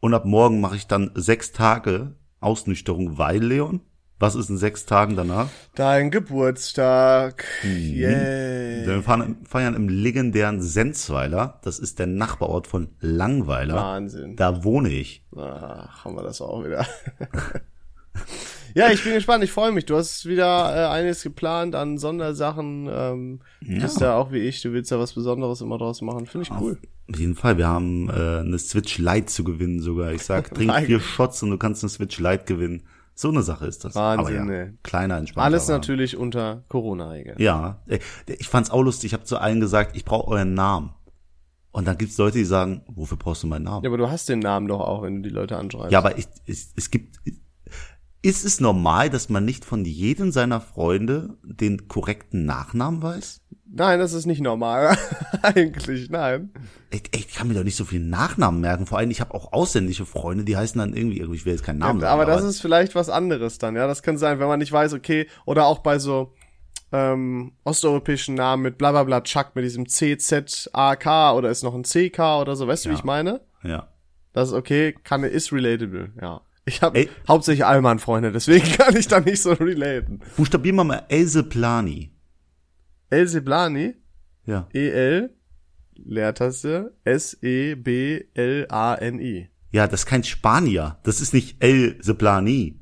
[SPEAKER 1] und ab morgen mache ich dann sechs Tage Ausnüchterung, weil Leon, was ist in sechs Tagen danach?
[SPEAKER 2] Dein Geburtstag. Yay.
[SPEAKER 1] Wir fahren, feiern im legendären Senzweiler, das ist der Nachbarort von Langweiler.
[SPEAKER 2] Wahnsinn.
[SPEAKER 1] Da wohne ich.
[SPEAKER 2] Ach, haben wir das auch wieder. ja, ich bin gespannt, ich freue mich. Du hast wieder äh, eines geplant an Sondersachen. Ähm, Bist da auch wie ich, du willst da was Besonderes immer draus machen. Finde ich cool.
[SPEAKER 1] Auf jeden Fall, wir haben äh, eine Switch Lite zu gewinnen sogar. Ich sag, trink
[SPEAKER 2] Nein.
[SPEAKER 1] vier Shots und du kannst eine Switch Lite gewinnen. So eine Sache ist das.
[SPEAKER 2] Wahnsinn,
[SPEAKER 1] Aber ja,
[SPEAKER 2] ey.
[SPEAKER 1] kleiner entspannter.
[SPEAKER 2] Alles
[SPEAKER 1] Rahmen.
[SPEAKER 2] natürlich unter Corona-Regeln.
[SPEAKER 1] Ja, ey, ich fand's auch lustig. Ich habe zu allen gesagt, ich brauche euren Namen. Und dann gibt's Leute, die sagen, wofür brauchst du meinen Namen?
[SPEAKER 2] Ja,
[SPEAKER 1] Ja,
[SPEAKER 2] aber du hast den Namen doch auch, wenn du die Leute anschreibst.
[SPEAKER 1] aber ich, es- es gibt. Ist es normal, dass man nicht von jedem seiner Freunde den korrekten Nachnamen weiß?
[SPEAKER 2] Nein, das ist nicht normal. Eigentlich, nein.
[SPEAKER 1] Ey, ey, ich kann mir doch nicht so viele Nachnamen merken. Vor allem, ich habe auch ausländische Freunde, die heißen dann irgendwie, also ich will jetzt keinen Namen
[SPEAKER 2] aber das ist vielleicht was anderes dann, ja. Das kann sein, wenn man nicht weiß, okay, oder auch bei so ähm, osteuropäischen Namen mit bla bla bla Chuck, mit diesem CZAK oder ist noch ein CK oder so, weißt du, wie ich meine?
[SPEAKER 1] Ja.
[SPEAKER 2] Das ist okay, kann ist relatable, ja. Ich habe
[SPEAKER 1] Ey.
[SPEAKER 2] hauptsächlich Allmann-Freunde, deswegen kann ich da nicht so relaten.
[SPEAKER 1] Buchstabier mal mal Else Plani.
[SPEAKER 2] El Seblani,
[SPEAKER 1] Ja.
[SPEAKER 2] E-L, Leertaste, E S-E-B-L-A-N-I.
[SPEAKER 1] Ja, das ist kein Spanier. Das ist nicht Else Plani.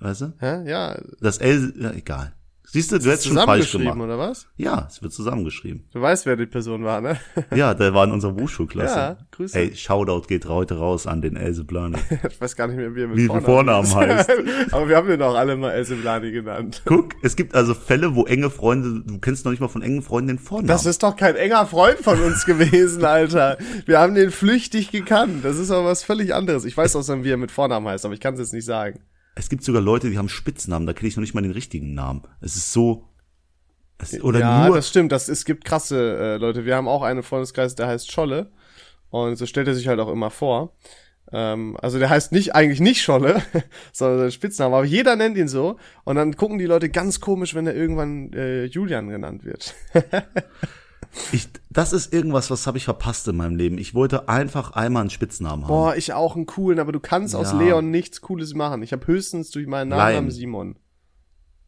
[SPEAKER 1] Weißt du?
[SPEAKER 2] Hä? Ja, ist
[SPEAKER 1] Das L, ja, egal. Siehst du, du hättest schon falsch
[SPEAKER 2] zusammengeschrieben,
[SPEAKER 1] gemacht.
[SPEAKER 2] oder was?
[SPEAKER 1] Ja, es wird zusammengeschrieben.
[SPEAKER 2] Du weißt, wer die Person war, ne?
[SPEAKER 1] Ja, der war in unserer Hochschulklasse.
[SPEAKER 2] Ja, Grüße.
[SPEAKER 1] Ey, Shoutout geht heute raus an den Else Plani.
[SPEAKER 2] Ich weiß gar nicht mehr, wie er mit
[SPEAKER 1] Wie viel
[SPEAKER 2] Vornamen,
[SPEAKER 1] Vornamen heißt.
[SPEAKER 2] heißt. Aber wir haben den auch alle mal El Seblani genannt.
[SPEAKER 1] Guck, es gibt also Fälle, wo enge Freunde, du kennst noch nicht mal von engen Freunden den Vornamen.
[SPEAKER 2] Das ist doch kein enger Freund von uns gewesen, Alter. Wir haben den flüchtig gekannt. Das ist aber was völlig anderes. Ich weiß außerdem, wie er mit Vornamen heißt, aber ich kann es jetzt nicht sagen.
[SPEAKER 1] es gibt sogar Leute, die haben Spitznamen, da kenne ich noch nicht mal den richtigen Namen. Es ist so, es, oder
[SPEAKER 2] ja,
[SPEAKER 1] nur,
[SPEAKER 2] das stimmt. Das, es gibt krasse äh, Leute. Wir haben auch einen Freundeskreis, der heißt Scholle. Und so stellt er sich halt auch immer vor. Ähm, also der heißt nicht eigentlich nicht Scholle, sondern sein Spitzname. Aber jeder nennt ihn so. Und dann gucken die Leute ganz komisch, wenn er irgendwann äh, Julian genannt wird.
[SPEAKER 1] ich, das ist irgendwas, was habe ich verpasst in meinem Leben. Ich wollte einfach einmal einen Spitznamen haben.
[SPEAKER 2] Boah, ich auch einen coolen, aber du kannst aus
[SPEAKER 1] Ja.
[SPEAKER 2] Leon nichts Cooles machen. Ich habe höchstens durch meinen Nachnamen
[SPEAKER 1] Leim.
[SPEAKER 2] Simon.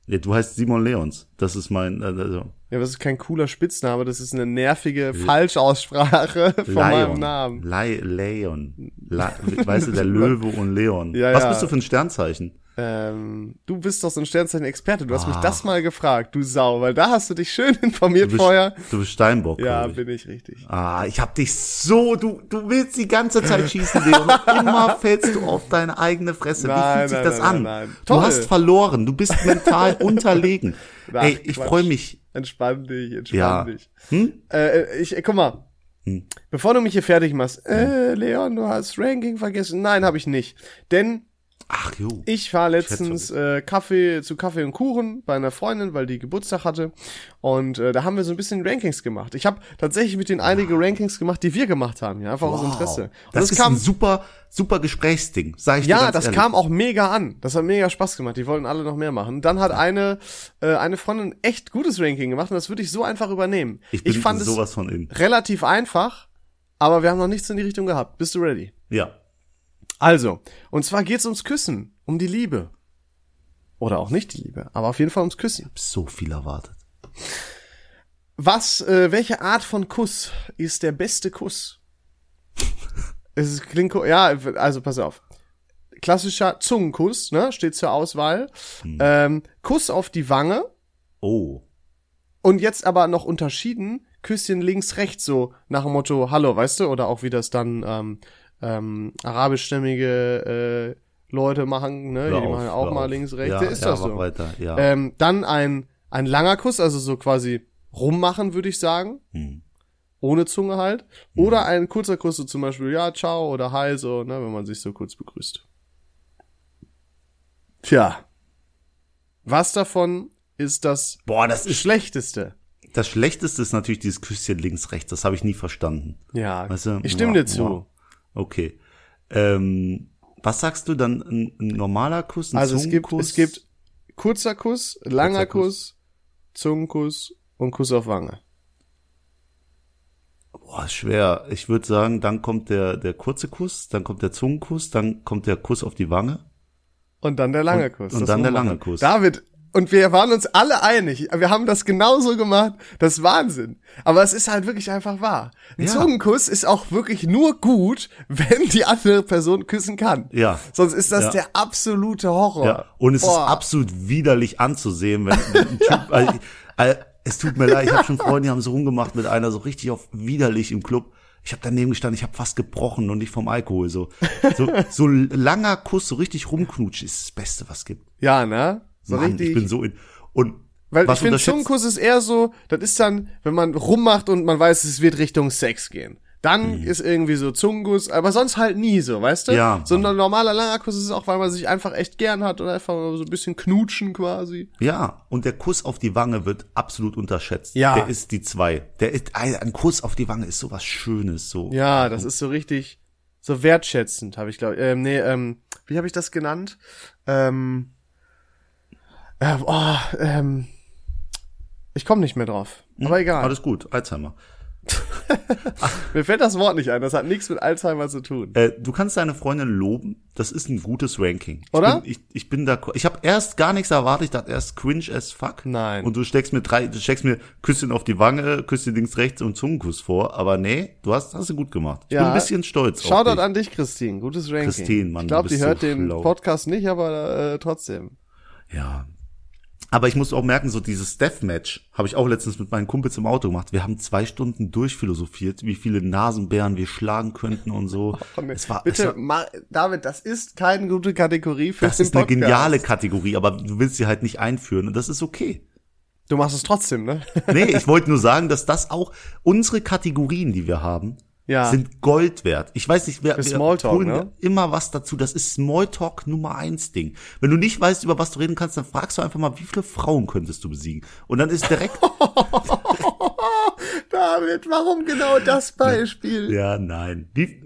[SPEAKER 1] Ja, du heißt Simon Leons. Das ist mein, äh, also,
[SPEAKER 2] Ja, aber das ist kein cooler Spitzname, das ist eine nervige Falschaussprache von meinem Namen.
[SPEAKER 1] Lei- Leon. La weißt du, der Löwe und Leon.
[SPEAKER 2] Ja,
[SPEAKER 1] Was
[SPEAKER 2] ja.
[SPEAKER 1] bist du für ein Sternzeichen?
[SPEAKER 2] Ähm, du bist doch so ein Sternzeichen-Experte. Du hast mich das mal gefragt, du Sau, weil da hast du dich schön informiert
[SPEAKER 1] Ah. Du bist,
[SPEAKER 2] vorher.
[SPEAKER 1] du bist Steinbock.
[SPEAKER 2] Ja,
[SPEAKER 1] glaub ich.
[SPEAKER 2] bin ich richtig.
[SPEAKER 1] Ah, ich hab dich so, du, du willst die ganze Zeit schießen, Leon. Und immer fällst du auf deine eigene Fresse. Wie
[SPEAKER 2] Nein,
[SPEAKER 1] fühlt sich
[SPEAKER 2] nein,
[SPEAKER 1] das
[SPEAKER 2] nein,
[SPEAKER 1] an?
[SPEAKER 2] nein, nein.
[SPEAKER 1] Du
[SPEAKER 2] Toll.
[SPEAKER 1] hast verloren. Du bist mental unterlegen.
[SPEAKER 2] Ach,
[SPEAKER 1] Ey, ich
[SPEAKER 2] Quatsch.
[SPEAKER 1] freue mich.
[SPEAKER 2] Entspann dich, entspann
[SPEAKER 1] Ja.
[SPEAKER 2] dich.
[SPEAKER 1] Hm?
[SPEAKER 2] Äh, ich, guck mal. Bevor du mich hier fertig machst,
[SPEAKER 1] Hm.
[SPEAKER 2] äh, Leon, du hast Ranking vergessen. Nein, habe ich nicht. Denn
[SPEAKER 1] Ach jo.
[SPEAKER 2] Ich war letztens äh, Kaffee zu Kaffee und Kuchen bei einer Freundin, weil die Geburtstag hatte. Und äh, da haben wir so ein bisschen Rankings gemacht. Ich habe tatsächlich mit denen einige Rankings gemacht, die wir gemacht haben, ja, einfach aus Interesse. Und
[SPEAKER 1] Das, ist ein super, super Gesprächsding, sag ich dir
[SPEAKER 2] ja,
[SPEAKER 1] ganz
[SPEAKER 2] das
[SPEAKER 1] ehrlich.
[SPEAKER 2] kam auch mega an. Das hat mega Spaß gemacht. Die wollten alle noch mehr machen. Dann hat eine äh, eine Freundin echt gutes Ranking gemacht und das würde ich so einfach übernehmen.
[SPEAKER 1] Ich bin
[SPEAKER 2] fand
[SPEAKER 1] sowas von in.
[SPEAKER 2] es relativ einfach, aber wir haben noch nichts in die Richtung gehabt. Bist du ready?
[SPEAKER 1] Ja.
[SPEAKER 2] Also, und zwar geht's ums Küssen, um die Liebe. Oder auch nicht die Liebe, aber auf jeden Fall ums Küssen.
[SPEAKER 1] So viel erwartet.
[SPEAKER 2] Was, äh, welche Art von Kuss ist der beste Kuss? es ist, klingt, ko- ja, also pass auf. Klassischer Zungenkuss, ne, steht zur Auswahl. Ähm, Kuss auf die Wange
[SPEAKER 1] Oh.
[SPEAKER 2] und jetzt aber noch unterschieden, Küsschen links, rechts, so nach dem Motto Hallo, weißt du, oder auch wie das dann ähm, ähm, arabischstämmige äh, Leute machen, ne,
[SPEAKER 1] hör
[SPEAKER 2] die
[SPEAKER 1] auf,
[SPEAKER 2] machen auch
[SPEAKER 1] hör
[SPEAKER 2] mal
[SPEAKER 1] auf.
[SPEAKER 2] links, rechts,
[SPEAKER 1] ja,
[SPEAKER 2] ist
[SPEAKER 1] ja,
[SPEAKER 2] das
[SPEAKER 1] mach
[SPEAKER 2] so.
[SPEAKER 1] weiter, ja.
[SPEAKER 2] Ähm, dann ein, ein langer Kuss, also so quasi rummachen, würde ich sagen.
[SPEAKER 1] Hm.
[SPEAKER 2] Ohne Zunge halt. Oder ein kurzer Kuss, so zum Beispiel, ja, ciao oder hi, so, ne, wenn man sich so kurz begrüßt. Tja. Was davon ist das
[SPEAKER 1] Boah, das ist,
[SPEAKER 2] Schlechteste?
[SPEAKER 1] das Schlechteste ist natürlich dieses Küsschen links, rechts. Das habe ich nie verstanden.
[SPEAKER 2] Ja,
[SPEAKER 1] Weißt du,
[SPEAKER 2] ich stimme
[SPEAKER 1] mua,
[SPEAKER 2] dir zu.
[SPEAKER 1] mua. Okay. Ähm, was sagst du dann? Ein, ein normaler Kuss, ein
[SPEAKER 2] Also es gibt,
[SPEAKER 1] Zungenkuss?
[SPEAKER 2] es gibt kurzer Kuss,
[SPEAKER 1] Kurzer
[SPEAKER 2] langer
[SPEAKER 1] Kuss.
[SPEAKER 2] Kuss, Zungenkuss und Kuss auf Wange.
[SPEAKER 1] Boah, ist schwer. Ich würde sagen, dann kommt der, der kurze Kuss, dann kommt der Zungenkuss, dann kommt der Kuss auf die Wange.
[SPEAKER 2] Und dann der lange
[SPEAKER 1] Und-
[SPEAKER 2] Kuss.
[SPEAKER 1] und
[SPEAKER 2] das
[SPEAKER 1] dann
[SPEAKER 2] muss
[SPEAKER 1] der
[SPEAKER 2] man
[SPEAKER 1] lange
[SPEAKER 2] machen.
[SPEAKER 1] Kuss.
[SPEAKER 2] David, und wir waren uns alle einig. Wir haben das genauso gemacht. Das ist Wahnsinn. Aber es ist halt wirklich einfach wahr. Ein
[SPEAKER 1] Ja.
[SPEAKER 2] Zungenkuss ist auch wirklich nur gut, wenn die andere Person küssen kann.
[SPEAKER 1] Ja.
[SPEAKER 2] Sonst ist das
[SPEAKER 1] Ja.
[SPEAKER 2] der absolute Horror.
[SPEAKER 1] Ja. Und es ist
[SPEAKER 2] Boah.
[SPEAKER 1] absolut widerlich anzusehen, wenn, wenn ein Typ, also, also, es tut mir leid, ich habe schon Freunde, die haben so rumgemacht mit einer so richtig auf widerlich im Club. Ich habe daneben gestanden, ich habe fast gebrochen und nicht vom Alkohol. So, so, so ein langer Kuss, so richtig rumknutschen, ist das Beste, was gibt.
[SPEAKER 2] Ja, ne? So
[SPEAKER 1] Mann,
[SPEAKER 2] richtig.
[SPEAKER 1] ich bin so in. Und
[SPEAKER 2] weil
[SPEAKER 1] was
[SPEAKER 2] ich finde,
[SPEAKER 1] unterschätzt-
[SPEAKER 2] Zungenkuss ist eher so, das ist dann, wenn man rummacht und man weiß, es wird Richtung Sex gehen. Dann ist irgendwie so Zungenkuss, aber sonst halt nie so, weißt du?
[SPEAKER 1] Mhm. Ja.
[SPEAKER 2] So ein normaler langer Kuss ist es auch, weil man sich einfach echt gern hat oder einfach so ein bisschen knutschen quasi.
[SPEAKER 1] Ja, und der Kuss auf die Wange wird absolut unterschätzt.
[SPEAKER 2] Ja.
[SPEAKER 1] Der ist die zwei. Der ist ein, ein Kuss auf die Wange ist sowas Schönes so.
[SPEAKER 2] Ja, das ist so richtig, so wertschätzend, habe ich glaube ähm, Nee, ähm, wie habe ich das genannt? Ähm, ähm, oh, ähm, ich komme nicht mehr drauf. Aber egal.
[SPEAKER 1] Alles gut, Alzheimer.
[SPEAKER 2] Mir fällt das Wort nicht ein. Das hat nichts mit Alzheimer zu tun.
[SPEAKER 1] Äh, du kannst deine Freundin loben. Das ist ein gutes Ranking. Ich
[SPEAKER 2] Oder?
[SPEAKER 1] Bin, ich, ich bin da. Ich habe erst gar nichts erwartet. Ich dachte erst cringe as fuck.
[SPEAKER 2] Nein.
[SPEAKER 1] Und du steckst mir drei, du steckst mir Küsschen auf die Wange, Küsschen links rechts und Zungenkuss vor. Aber nee, du hast hast du gut gemacht. Ich
[SPEAKER 2] Ja.
[SPEAKER 1] bin ein bisschen stolz. auf
[SPEAKER 2] Shoutout
[SPEAKER 1] dich.
[SPEAKER 2] an dich, Christine. Gutes Ranking.
[SPEAKER 1] Christine, Mann,
[SPEAKER 2] ich
[SPEAKER 1] du
[SPEAKER 2] glaube, die
[SPEAKER 1] bist
[SPEAKER 2] hört
[SPEAKER 1] so
[SPEAKER 2] den
[SPEAKER 1] schlau.
[SPEAKER 2] Podcast nicht, aber äh, trotzdem.
[SPEAKER 1] Ja. Aber ich muss auch merken, so dieses Deathmatch habe ich auch letztens mit meinen Kumpels im Auto gemacht. Wir haben zwei Stunden durchphilosophiert, wie viele Nasenbären wir schlagen könnten und so. es war,
[SPEAKER 2] Bitte,
[SPEAKER 1] es war,
[SPEAKER 2] ma- David, das ist keine gute Kategorie für
[SPEAKER 1] das
[SPEAKER 2] den
[SPEAKER 1] ist eine
[SPEAKER 2] Podcast.
[SPEAKER 1] geniale Kategorie, aber du willst sie halt nicht einführen und das ist okay.
[SPEAKER 2] Du machst es trotzdem, ne?
[SPEAKER 1] Nee, ich wollte nur sagen, dass das auch unsere Kategorien, die wir haben,
[SPEAKER 2] Ja.
[SPEAKER 1] sind Gold wert. Ich weiß nicht, wer
[SPEAKER 2] Für Smalltalk,
[SPEAKER 1] holen
[SPEAKER 2] ne?
[SPEAKER 1] immer was dazu. Das ist Smalltalk Nummer eins Ding. Wenn du nicht weißt, über was du reden kannst, dann fragst du einfach mal, wie viele Frauen könntest du besiegen? Und dann ist direkt
[SPEAKER 2] David, warum genau das Beispiel?
[SPEAKER 1] Ja, nein. Wie,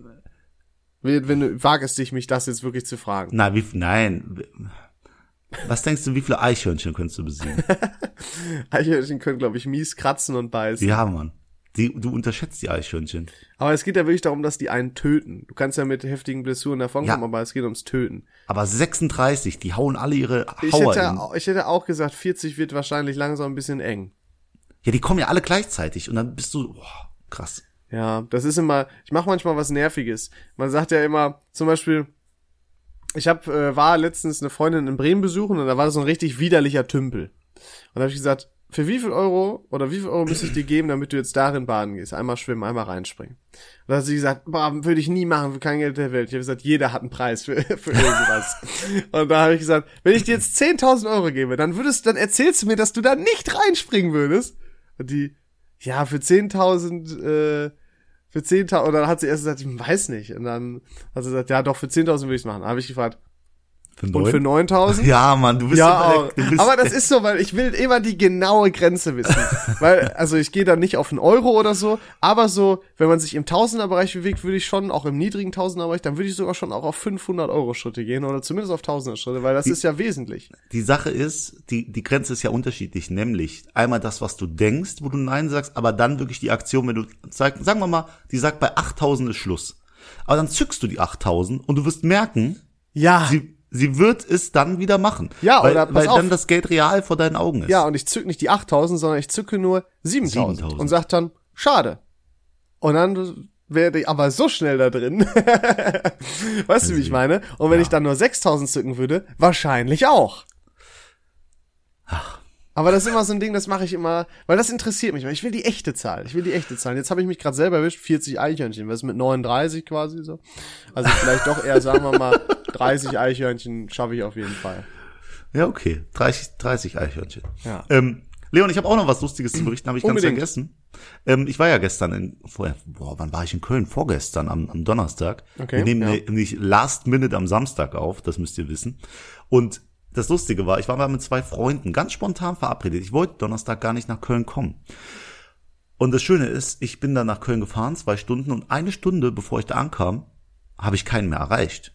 [SPEAKER 2] Wenn, wenn du wag es dich, mich das jetzt wirklich zu fragen.
[SPEAKER 1] nein, wie, nein. Was denkst du, wie viele Eichhörnchen könntest du besiegen?
[SPEAKER 2] Eichhörnchen können, glaube ich, mies kratzen und beißen.
[SPEAKER 1] ja, Mann. Die, du unterschätzt die Eichhörnchen.
[SPEAKER 2] Aber es geht ja wirklich darum, dass die einen töten. Du kannst ja mit heftigen Blessuren davonkommen,
[SPEAKER 1] Ja.
[SPEAKER 2] aber es geht ums Töten.
[SPEAKER 1] Aber 36, die hauen alle ihre
[SPEAKER 2] Ich
[SPEAKER 1] Hauer
[SPEAKER 2] hätte,
[SPEAKER 1] hin.
[SPEAKER 2] au- ich hätte auch gesagt, 40 wird wahrscheinlich langsam ein bisschen eng.
[SPEAKER 1] Ja, die kommen ja alle gleichzeitig. Und dann bist du, boah, krass.
[SPEAKER 2] Ja, das ist immer, ich mache manchmal was Nerviges. Man sagt ja immer, zum Beispiel, ich hab, äh, war letztens eine Freundin in Bremen besuchen und da war so ein richtig widerlicher Tümpel. Und da habe ich gesagt, für wie viel Euro oder wie viel Euro müsste ich dir geben, damit du jetzt darin baden gehst? Einmal schwimmen, einmal reinspringen. Und da hat sie gesagt, boah, würde ich nie machen, für kein Geld der Welt. Ich habe gesagt, jeder hat einen Preis für, für irgendwas. und da habe ich gesagt, wenn ich dir jetzt 10.000 Euro gebe, dann würdest, dann erzählst du mir, dass du da nicht reinspringen würdest. Und die, ja, für 10.000, äh, für 10.000, und dann hat sie erst gesagt, ich weiß nicht. Und dann hat sie gesagt, ja doch, für 10.000 würde ich es machen. Da habe ich gefragt,
[SPEAKER 1] Für
[SPEAKER 2] und für 9.000?
[SPEAKER 1] Ja, Mann, du bist
[SPEAKER 2] Ja,
[SPEAKER 1] immer
[SPEAKER 2] aber,
[SPEAKER 1] der- du bist
[SPEAKER 2] aber das ist so, weil ich will immer die genaue Grenze wissen. weil, also ich gehe da nicht auf einen Euro oder so, aber so, wenn man sich im Tausenderbereich bewegt, würde ich schon, auch im niedrigen Tausenderbereich, dann würde ich sogar schon auch auf 500 Euro Schritte gehen oder zumindest auf Tausender Schritte, weil das ist ja wesentlich.
[SPEAKER 1] Die Sache ist, die, die Grenze ist ja unterschiedlich, nämlich einmal das, was du denkst, wo du Nein sagst, aber dann wirklich die Aktion, wenn du, sag, sagen wir mal, die sagt, bei 8000 ist Schluss. Aber dann zückst du die 8000 und du wirst merken,
[SPEAKER 2] Ja.
[SPEAKER 1] sie, sie wird es dann wieder machen.
[SPEAKER 2] Ja,
[SPEAKER 1] weil,
[SPEAKER 2] oder pass
[SPEAKER 1] Weil
[SPEAKER 2] auf.
[SPEAKER 1] dann das Geld real vor deinen Augen ist.
[SPEAKER 2] Ja, und ich zück nicht die 8000, sondern ich zücke nur 7000
[SPEAKER 1] 7000.
[SPEAKER 2] und sag dann, schade. Und dann werde ich aber so schnell da drin. weißt du, wie ich meine? Und wenn ich dann nur 6000 zücken würde, wahrscheinlich auch. Aber das ist immer so ein Ding, das mache ich immer, weil das interessiert mich. weil Ich will die echte Zahl. Ich will die echte Zahl. Jetzt habe ich mich gerade selber erwischt, 40 Eichhörnchen. Was ist mit 39 quasi so? Also vielleicht doch eher, sagen wir mal, 30 Eichhörnchen schaffe ich auf jeden Fall.
[SPEAKER 1] Ja, okay. 30, 30 Eichhörnchen.
[SPEAKER 2] Ja.
[SPEAKER 1] Ähm, Leon, ich habe auch noch was Lustiges zu berichten, habe ich ganz
[SPEAKER 2] Unbedingt.
[SPEAKER 1] vergessen. Ähm, ich war ja gestern in, vorher, boah, wann war ich in Köln? Vorgestern, am, am Donnerstag.
[SPEAKER 2] Okay,
[SPEAKER 1] Wir nehmen
[SPEAKER 2] ja.
[SPEAKER 1] ne- nicht Last Minute am Samstag auf, das müsst ihr wissen. Und das Lustige war, ich war mal mit zwei Freunden ganz spontan verabredet. Ich wollte Donnerstag gar nicht nach Köln kommen. Und das Schöne ist, ich bin dann nach Köln gefahren, zwei Stunden, und eine Stunde, bevor ich da ankam, habe ich keinen mehr erreicht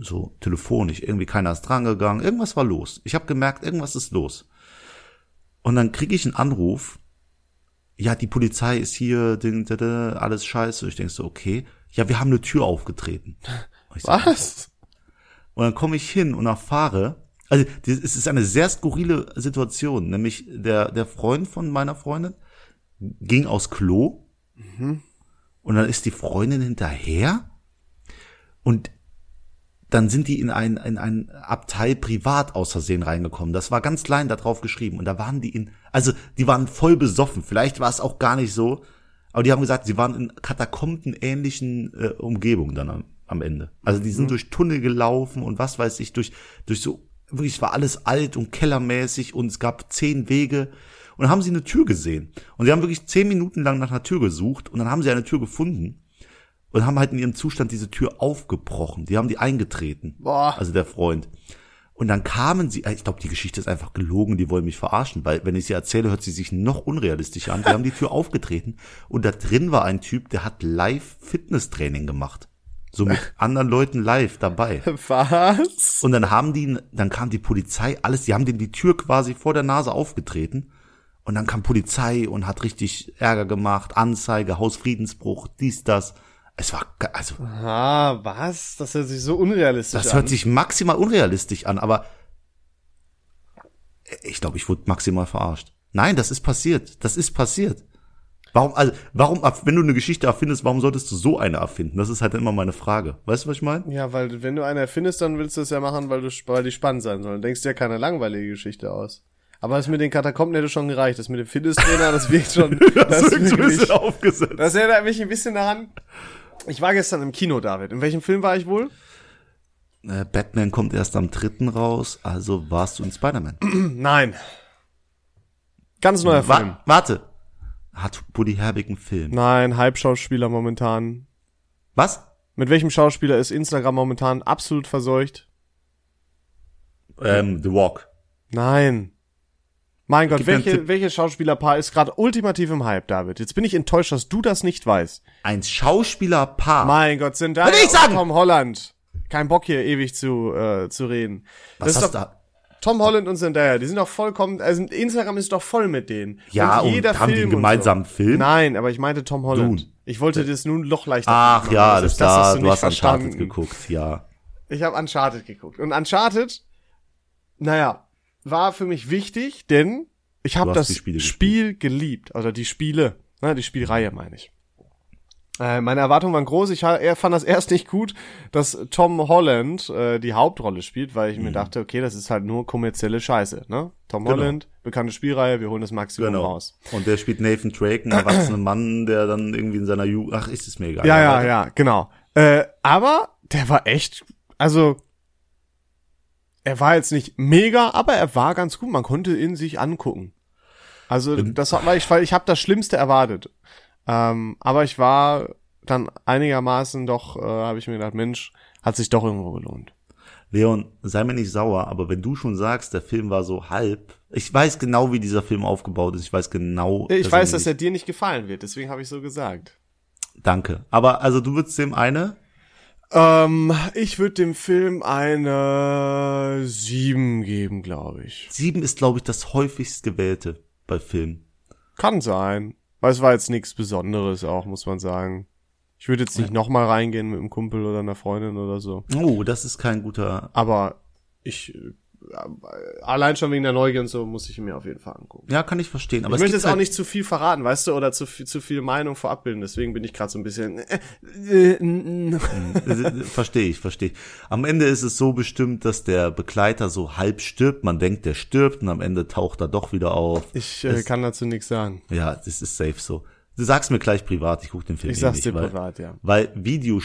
[SPEAKER 1] so telefonisch, irgendwie keiner ist drangegangen, irgendwas war los. Ich habe gemerkt, irgendwas ist los. Und dann kriege ich einen Anruf, ja, die Polizei ist hier, ding, da, da, alles scheiße. Und ich denk so, okay, ja, wir haben eine Tür aufgetreten. Und ich so,
[SPEAKER 2] Was?
[SPEAKER 1] und dann komme ich hin und erfahre, also die- es ist eine sehr skurrile Situation, nämlich der, der Freund von meiner Freundin ging aus Klo und dann ist die Freundin hinterher und dann sind die in ein, in ein Abteil privat aus Versehen reingekommen. Das war ganz klein da drauf geschrieben und da waren die in, also die waren voll besoffen. Vielleicht war es auch gar nicht so, aber die haben gesagt, sie waren in katakombenähnlichen äh, Umgebungen dann am, am Ende. Also die sind durch Tunnel gelaufen und was weiß ich, durch, durch so, wirklich, es war alles alt und kellermäßig und es gab zehn Wege und dann haben sie eine Tür gesehen und sie haben wirklich zehn Minuten lang nach einer Tür gesucht und dann haben sie eine Tür gefunden und haben halt in ihrem Zustand diese Tür aufgebrochen. Die haben die eingetreten.
[SPEAKER 2] Boah.
[SPEAKER 1] Also der Freund. Und dann kamen sie, äh, ich glaube, die Geschichte ist einfach gelogen, die wollen mich verarschen, weil wenn ich sie erzähle, hört sie sich noch unrealistisch an. Wir haben die Tür aufgetreten und da drin war ein Typ, der hat live Fitnesstraining gemacht. So mit anderen Leuten live dabei.
[SPEAKER 2] Was?
[SPEAKER 1] Und dann haben die, ihn- dann kam die Polizei, alles, die haben denen die Tür quasi vor der Nase aufgetreten. Und dann kam Polizei und hat richtig Ärger gemacht, Anzeige, Hausfriedensbruch, dies, das. Es war, ge- also,
[SPEAKER 2] Ah, was? Das hört sich so unrealistisch
[SPEAKER 1] das
[SPEAKER 2] an.
[SPEAKER 1] hört sich maximal unrealistisch an, aber ich glaube, ich wurde maximal verarscht. Nein, das ist passiert. Das ist passiert. Warum, also, warum, erf- wenn du eine Geschichte erfindest, warum solltest du so eine erfinden? Das ist halt immer meine Frage. Weißt du, was ich meine?
[SPEAKER 2] ja, weil wenn du eine erfindest, dann willst du es ja machen, weil, du, weil die spannend sein sollen. Denkst dir ja keine langweilige Geschichte aus. Aber das mit den Katakomben hätte schon gereicht. Das mit dem Fitnesstrainer, das wirkt schon. das,
[SPEAKER 1] Das ist ein
[SPEAKER 2] wirklich-
[SPEAKER 1] bisschen aufgesetzt.
[SPEAKER 2] das erinnert mich ein bisschen daran. Ich war gestern im Kino, David. In welchem Film war ich wohl?
[SPEAKER 1] Äh, Batman kommt erst am dritten raus, also warst du in Spider-Man.
[SPEAKER 2] Nein. Ganz neuer Film.
[SPEAKER 1] Wa warte. Hat Buddy Herbig einen Film?
[SPEAKER 2] Nein, Halbschauspieler momentan.
[SPEAKER 1] Was?
[SPEAKER 2] Mit welchem Schauspieler ist Instagram momentan absolut verseucht?
[SPEAKER 1] Ähm, The Walk.
[SPEAKER 2] Nein. Mein Gott,
[SPEAKER 1] Gib mir einen
[SPEAKER 2] welche,
[SPEAKER 1] Tipp.
[SPEAKER 2] welches Schauspielerpaar ist gerade ultimativ im Hype, David? Jetzt bin ich enttäuscht, dass du das nicht weißt.
[SPEAKER 1] Ein Schauspielerpaar.
[SPEAKER 2] Mein Gott, sind da
[SPEAKER 1] Will ich sagen!
[SPEAKER 2] Tom Holland. Kein Bock hier ewig zu, äh, zu reden.
[SPEAKER 1] Was
[SPEAKER 2] das
[SPEAKER 1] hast
[SPEAKER 2] ist
[SPEAKER 1] du
[SPEAKER 2] doch,
[SPEAKER 1] da?
[SPEAKER 2] Tom Holland und Zendaya, die sind doch vollkommen, also Instagram ist doch voll mit denen.
[SPEAKER 1] Ja, und, haben die einen
[SPEAKER 2] und
[SPEAKER 1] gemeinsamen
[SPEAKER 2] So.
[SPEAKER 1] Film?
[SPEAKER 2] Nein, aber ich meinte Tom Holland.
[SPEAKER 1] Dune.
[SPEAKER 2] Ich wollte das nun noch leichter
[SPEAKER 1] Ach
[SPEAKER 2] machen.
[SPEAKER 1] ja, das,
[SPEAKER 2] Das ist das, was
[SPEAKER 1] da,
[SPEAKER 2] du
[SPEAKER 1] du,
[SPEAKER 2] nicht
[SPEAKER 1] hast Uncharted
[SPEAKER 2] verstanden.
[SPEAKER 1] geguckt, ja.
[SPEAKER 2] Ich habe Uncharted geguckt. Und Uncharted, naja, war für mich wichtig, denn ich
[SPEAKER 1] Du
[SPEAKER 2] habe
[SPEAKER 1] hast
[SPEAKER 2] das Also
[SPEAKER 1] die Spiele
[SPEAKER 2] Spiel geliebt. Oder die Spiele, ne, die Spielreihe meine ich. Äh, meine Erwartungen waren groß. Ich ha- er fand das erst nicht gut, dass Tom Holland äh, die Hauptrolle spielt, weil
[SPEAKER 1] Mhm.
[SPEAKER 2] ich mir dachte, okay, das ist halt nur kommerzielle Scheiße. Ne? Tom Holland, bekannte Spielreihe, wir holen das Maximum
[SPEAKER 1] Genau.
[SPEAKER 2] raus.
[SPEAKER 1] Und der spielt Nathan Drake, einen erwachsenen Mann, der dann irgendwie in seiner Jugend. Ach, ist es mir egal.
[SPEAKER 2] Ja, ja, ja, genau. Äh, aber der war echt, also er war jetzt nicht mega, aber er war ganz gut. Man konnte ihn sich angucken. Also das hat weil ich, weil ich habe das Schlimmste erwartet. Ähm, aber ich war dann einigermaßen doch, äh, habe ich mir gedacht, Mensch, hat sich doch irgendwo gelohnt.
[SPEAKER 1] Leon, sei mir nicht sauer, aber wenn du schon sagst, der Film war so halb. Ich weiß genau, wie dieser Film aufgebaut ist. Ich weiß genau.
[SPEAKER 2] Ich
[SPEAKER 1] dass er
[SPEAKER 2] weiß, dass er dir nicht gefallen wird, deswegen habe ich so gesagt.
[SPEAKER 1] nicht- Danke. Aber also du würdest dem eine.
[SPEAKER 2] Ähm, ich würde dem Film eine sieben geben, glaube ich.
[SPEAKER 1] Sieben ist, glaube ich, das häufigst gewählte bei Filmen.
[SPEAKER 2] Kann sein. Weil es war jetzt nichts Besonderes auch, muss man sagen. Ich würde jetzt nicht nochmal reingehen mit einem Kumpel oder einer Freundin oder so.
[SPEAKER 1] Oh, das ist kein guter.
[SPEAKER 2] Aber ich, äh, allein schon wegen der Neugier und so, muss ich ihn mir auf jeden Fall angucken.
[SPEAKER 1] Ja, kann ich verstehen. Aber
[SPEAKER 2] ich
[SPEAKER 1] es
[SPEAKER 2] möchte
[SPEAKER 1] gibt
[SPEAKER 2] jetzt
[SPEAKER 1] halt,
[SPEAKER 2] auch nicht zu viel verraten, weißt du, oder zu viel, zu viel Meinung vorab bilden. Deswegen bin ich gerade so ein bisschen. Äh, äh, n- n-
[SPEAKER 1] Verstehe ich, verstehe ich. Am Ende ist es so bestimmt, dass der Begleiter so halb stirbt. Man denkt, der stirbt und am Ende taucht er doch wieder auf.
[SPEAKER 2] ich äh, kann dazu nichts sagen.
[SPEAKER 1] Ja, das ist safe so. Du sagst mir gleich privat, ich gucke den Film
[SPEAKER 2] Ich
[SPEAKER 1] eh
[SPEAKER 2] sag's
[SPEAKER 1] nicht,
[SPEAKER 2] dir
[SPEAKER 1] weil,
[SPEAKER 2] privat, ja.
[SPEAKER 1] Weil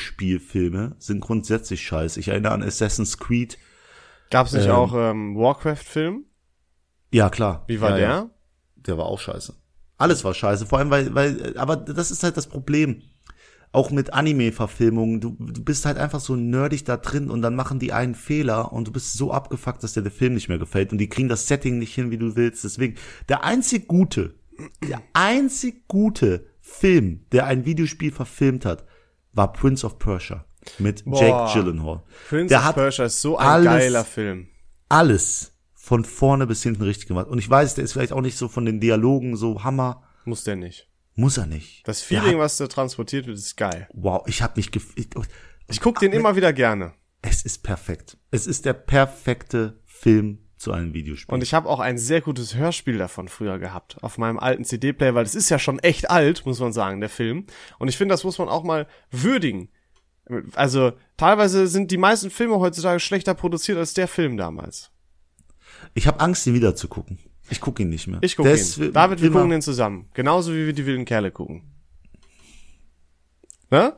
[SPEAKER 1] Videospielfilme sind grundsätzlich scheiße. Ich erinnere an Assassin's Creed.
[SPEAKER 2] Gab es nicht
[SPEAKER 1] Ähm.
[SPEAKER 2] auch ähm, Warcraft-Film?
[SPEAKER 1] Ja, klar.
[SPEAKER 2] Wie war
[SPEAKER 1] ja,
[SPEAKER 2] der?
[SPEAKER 1] Ja. Der war auch scheiße. Alles war scheiße, vor allem weil, weil, aber das ist halt das Problem. Auch mit Anime-Verfilmungen, du, du bist halt einfach so nerdig da drin und dann machen die einen Fehler und du bist so abgefuckt, dass dir der Film nicht mehr gefällt und die kriegen das Setting nicht hin, wie du willst. Deswegen, der einzig gute, der einzig gute Film, der ein Videospiel verfilmt hat, war Prince of Persia mit
[SPEAKER 2] Boah.
[SPEAKER 1] Jake Gyllenhaal.
[SPEAKER 2] Prince
[SPEAKER 1] der
[SPEAKER 2] of
[SPEAKER 1] hat
[SPEAKER 2] Persia ist so ein
[SPEAKER 1] alles-
[SPEAKER 2] geiler Film.
[SPEAKER 1] alles von vorne bis hinten richtig gemacht. Und ich weiß, der ist vielleicht auch nicht so von den Dialogen so Hammer.
[SPEAKER 2] Muss der nicht.
[SPEAKER 1] Muss er nicht.
[SPEAKER 2] Das
[SPEAKER 1] Der
[SPEAKER 2] Feeling,
[SPEAKER 1] Hat,
[SPEAKER 2] was da transportiert wird, ist geil. Ah,
[SPEAKER 1] wow, ich habe mich gef ich,
[SPEAKER 2] Ich guck den immer wieder gerne.
[SPEAKER 1] Es ist perfekt. Es ist der perfekte Film zu einem Videospiel.
[SPEAKER 2] Und ich habe auch ein sehr gutes Hörspiel davon früher gehabt. Auf meinem alten CD-Player, weil das ist ja schon echt alt, muss man sagen, der Film. Und ich finde, das muss man auch mal würdigen. Also, teilweise sind die meisten Filme heutzutage schlechter produziert als der Film damals.
[SPEAKER 1] ich habe Angst, ihn wieder zu gucken. Ich gucke ihn nicht mehr.
[SPEAKER 2] Ich gucke
[SPEAKER 1] Der
[SPEAKER 2] ihn.
[SPEAKER 1] ist wi-
[SPEAKER 2] David, wir
[SPEAKER 1] immer-
[SPEAKER 2] gucken den zusammen. Genauso wie wir die wilden Kerle gucken. Ne?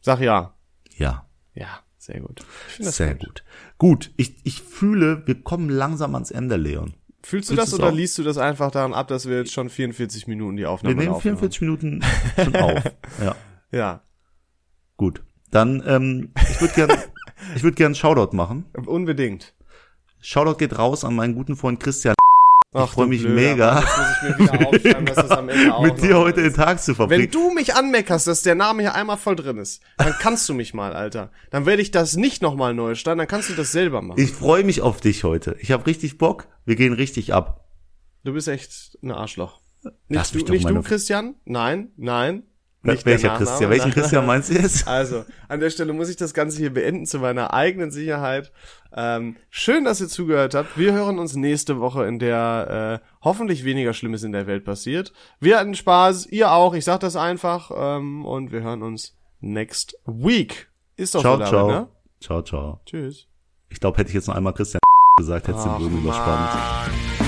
[SPEAKER 2] Sag ja.
[SPEAKER 1] Ja,
[SPEAKER 2] Ja, sehr gut. Ich finde das
[SPEAKER 1] sehr gut. Gut, ich, ich fühle, wir kommen langsam ans Ende, Leon.
[SPEAKER 2] Fühlst du
[SPEAKER 1] Willst
[SPEAKER 2] das
[SPEAKER 1] du's
[SPEAKER 2] oder
[SPEAKER 1] auch?
[SPEAKER 2] liest du das einfach daran ab, dass wir jetzt schon 44 Minuten die
[SPEAKER 1] Wir
[SPEAKER 2] Aufnahme
[SPEAKER 1] nehmen
[SPEAKER 2] laufen haben?
[SPEAKER 1] 44 Minuten schon auf. Ja,
[SPEAKER 2] Ja.
[SPEAKER 1] gut. Dann, ähm, ich würde gern, ich würde gern einen Shoutout machen.
[SPEAKER 2] Unbedingt.
[SPEAKER 1] Shoutout geht raus an meinen guten Freund Christian.
[SPEAKER 2] Ach,
[SPEAKER 1] freu
[SPEAKER 2] du
[SPEAKER 1] mich
[SPEAKER 2] Blöder,
[SPEAKER 1] mega.
[SPEAKER 2] Mann, Jetzt muss ich mir wieder aufschreiben, dass das am Ende auch
[SPEAKER 1] mit dir
[SPEAKER 2] noch-
[SPEAKER 1] heute den Tag zu verbringen.
[SPEAKER 2] Wenn du mich anmeckerst, dass der Name hier einmal voll drin ist, dann kannst du mich mal, Alter. Dann werde ich das nicht nochmal neu starten, dann kannst du das selber machen.
[SPEAKER 1] Ich freue mich auf dich heute. Ich habe richtig Bock. Wir gehen richtig ab.
[SPEAKER 2] Du bist echt ein Arschloch.
[SPEAKER 1] Lass
[SPEAKER 2] Nicht,
[SPEAKER 1] mich
[SPEAKER 2] du,
[SPEAKER 1] doch
[SPEAKER 2] nicht du,
[SPEAKER 1] meine-
[SPEAKER 2] Christian? Nein, nein. Nicht der
[SPEAKER 1] Welcher
[SPEAKER 2] Nachname.
[SPEAKER 1] Christian? Welchen
[SPEAKER 2] Nein.
[SPEAKER 1] Christian meinst du jetzt?
[SPEAKER 2] Also, an der Stelle muss ich das Ganze hier beenden zu meiner eigenen Sicherheit. Ähm, schön, dass ihr zugehört habt. Wir hören uns nächste Woche, in der äh, hoffentlich weniger Schlimmes in der Welt passiert. Wir hatten Spaß, ihr auch, ich sag das einfach. Ähm, und wir hören uns next week. Ist doch
[SPEAKER 1] Ciao,
[SPEAKER 2] so damit,
[SPEAKER 1] ciao.
[SPEAKER 2] ne?
[SPEAKER 1] Ciao, ciao.
[SPEAKER 2] Tschüss.
[SPEAKER 1] Ich glaube, hätte ich jetzt noch einmal Christian gesagt, hätte es den Bogen überspannt.
[SPEAKER 2] Mann.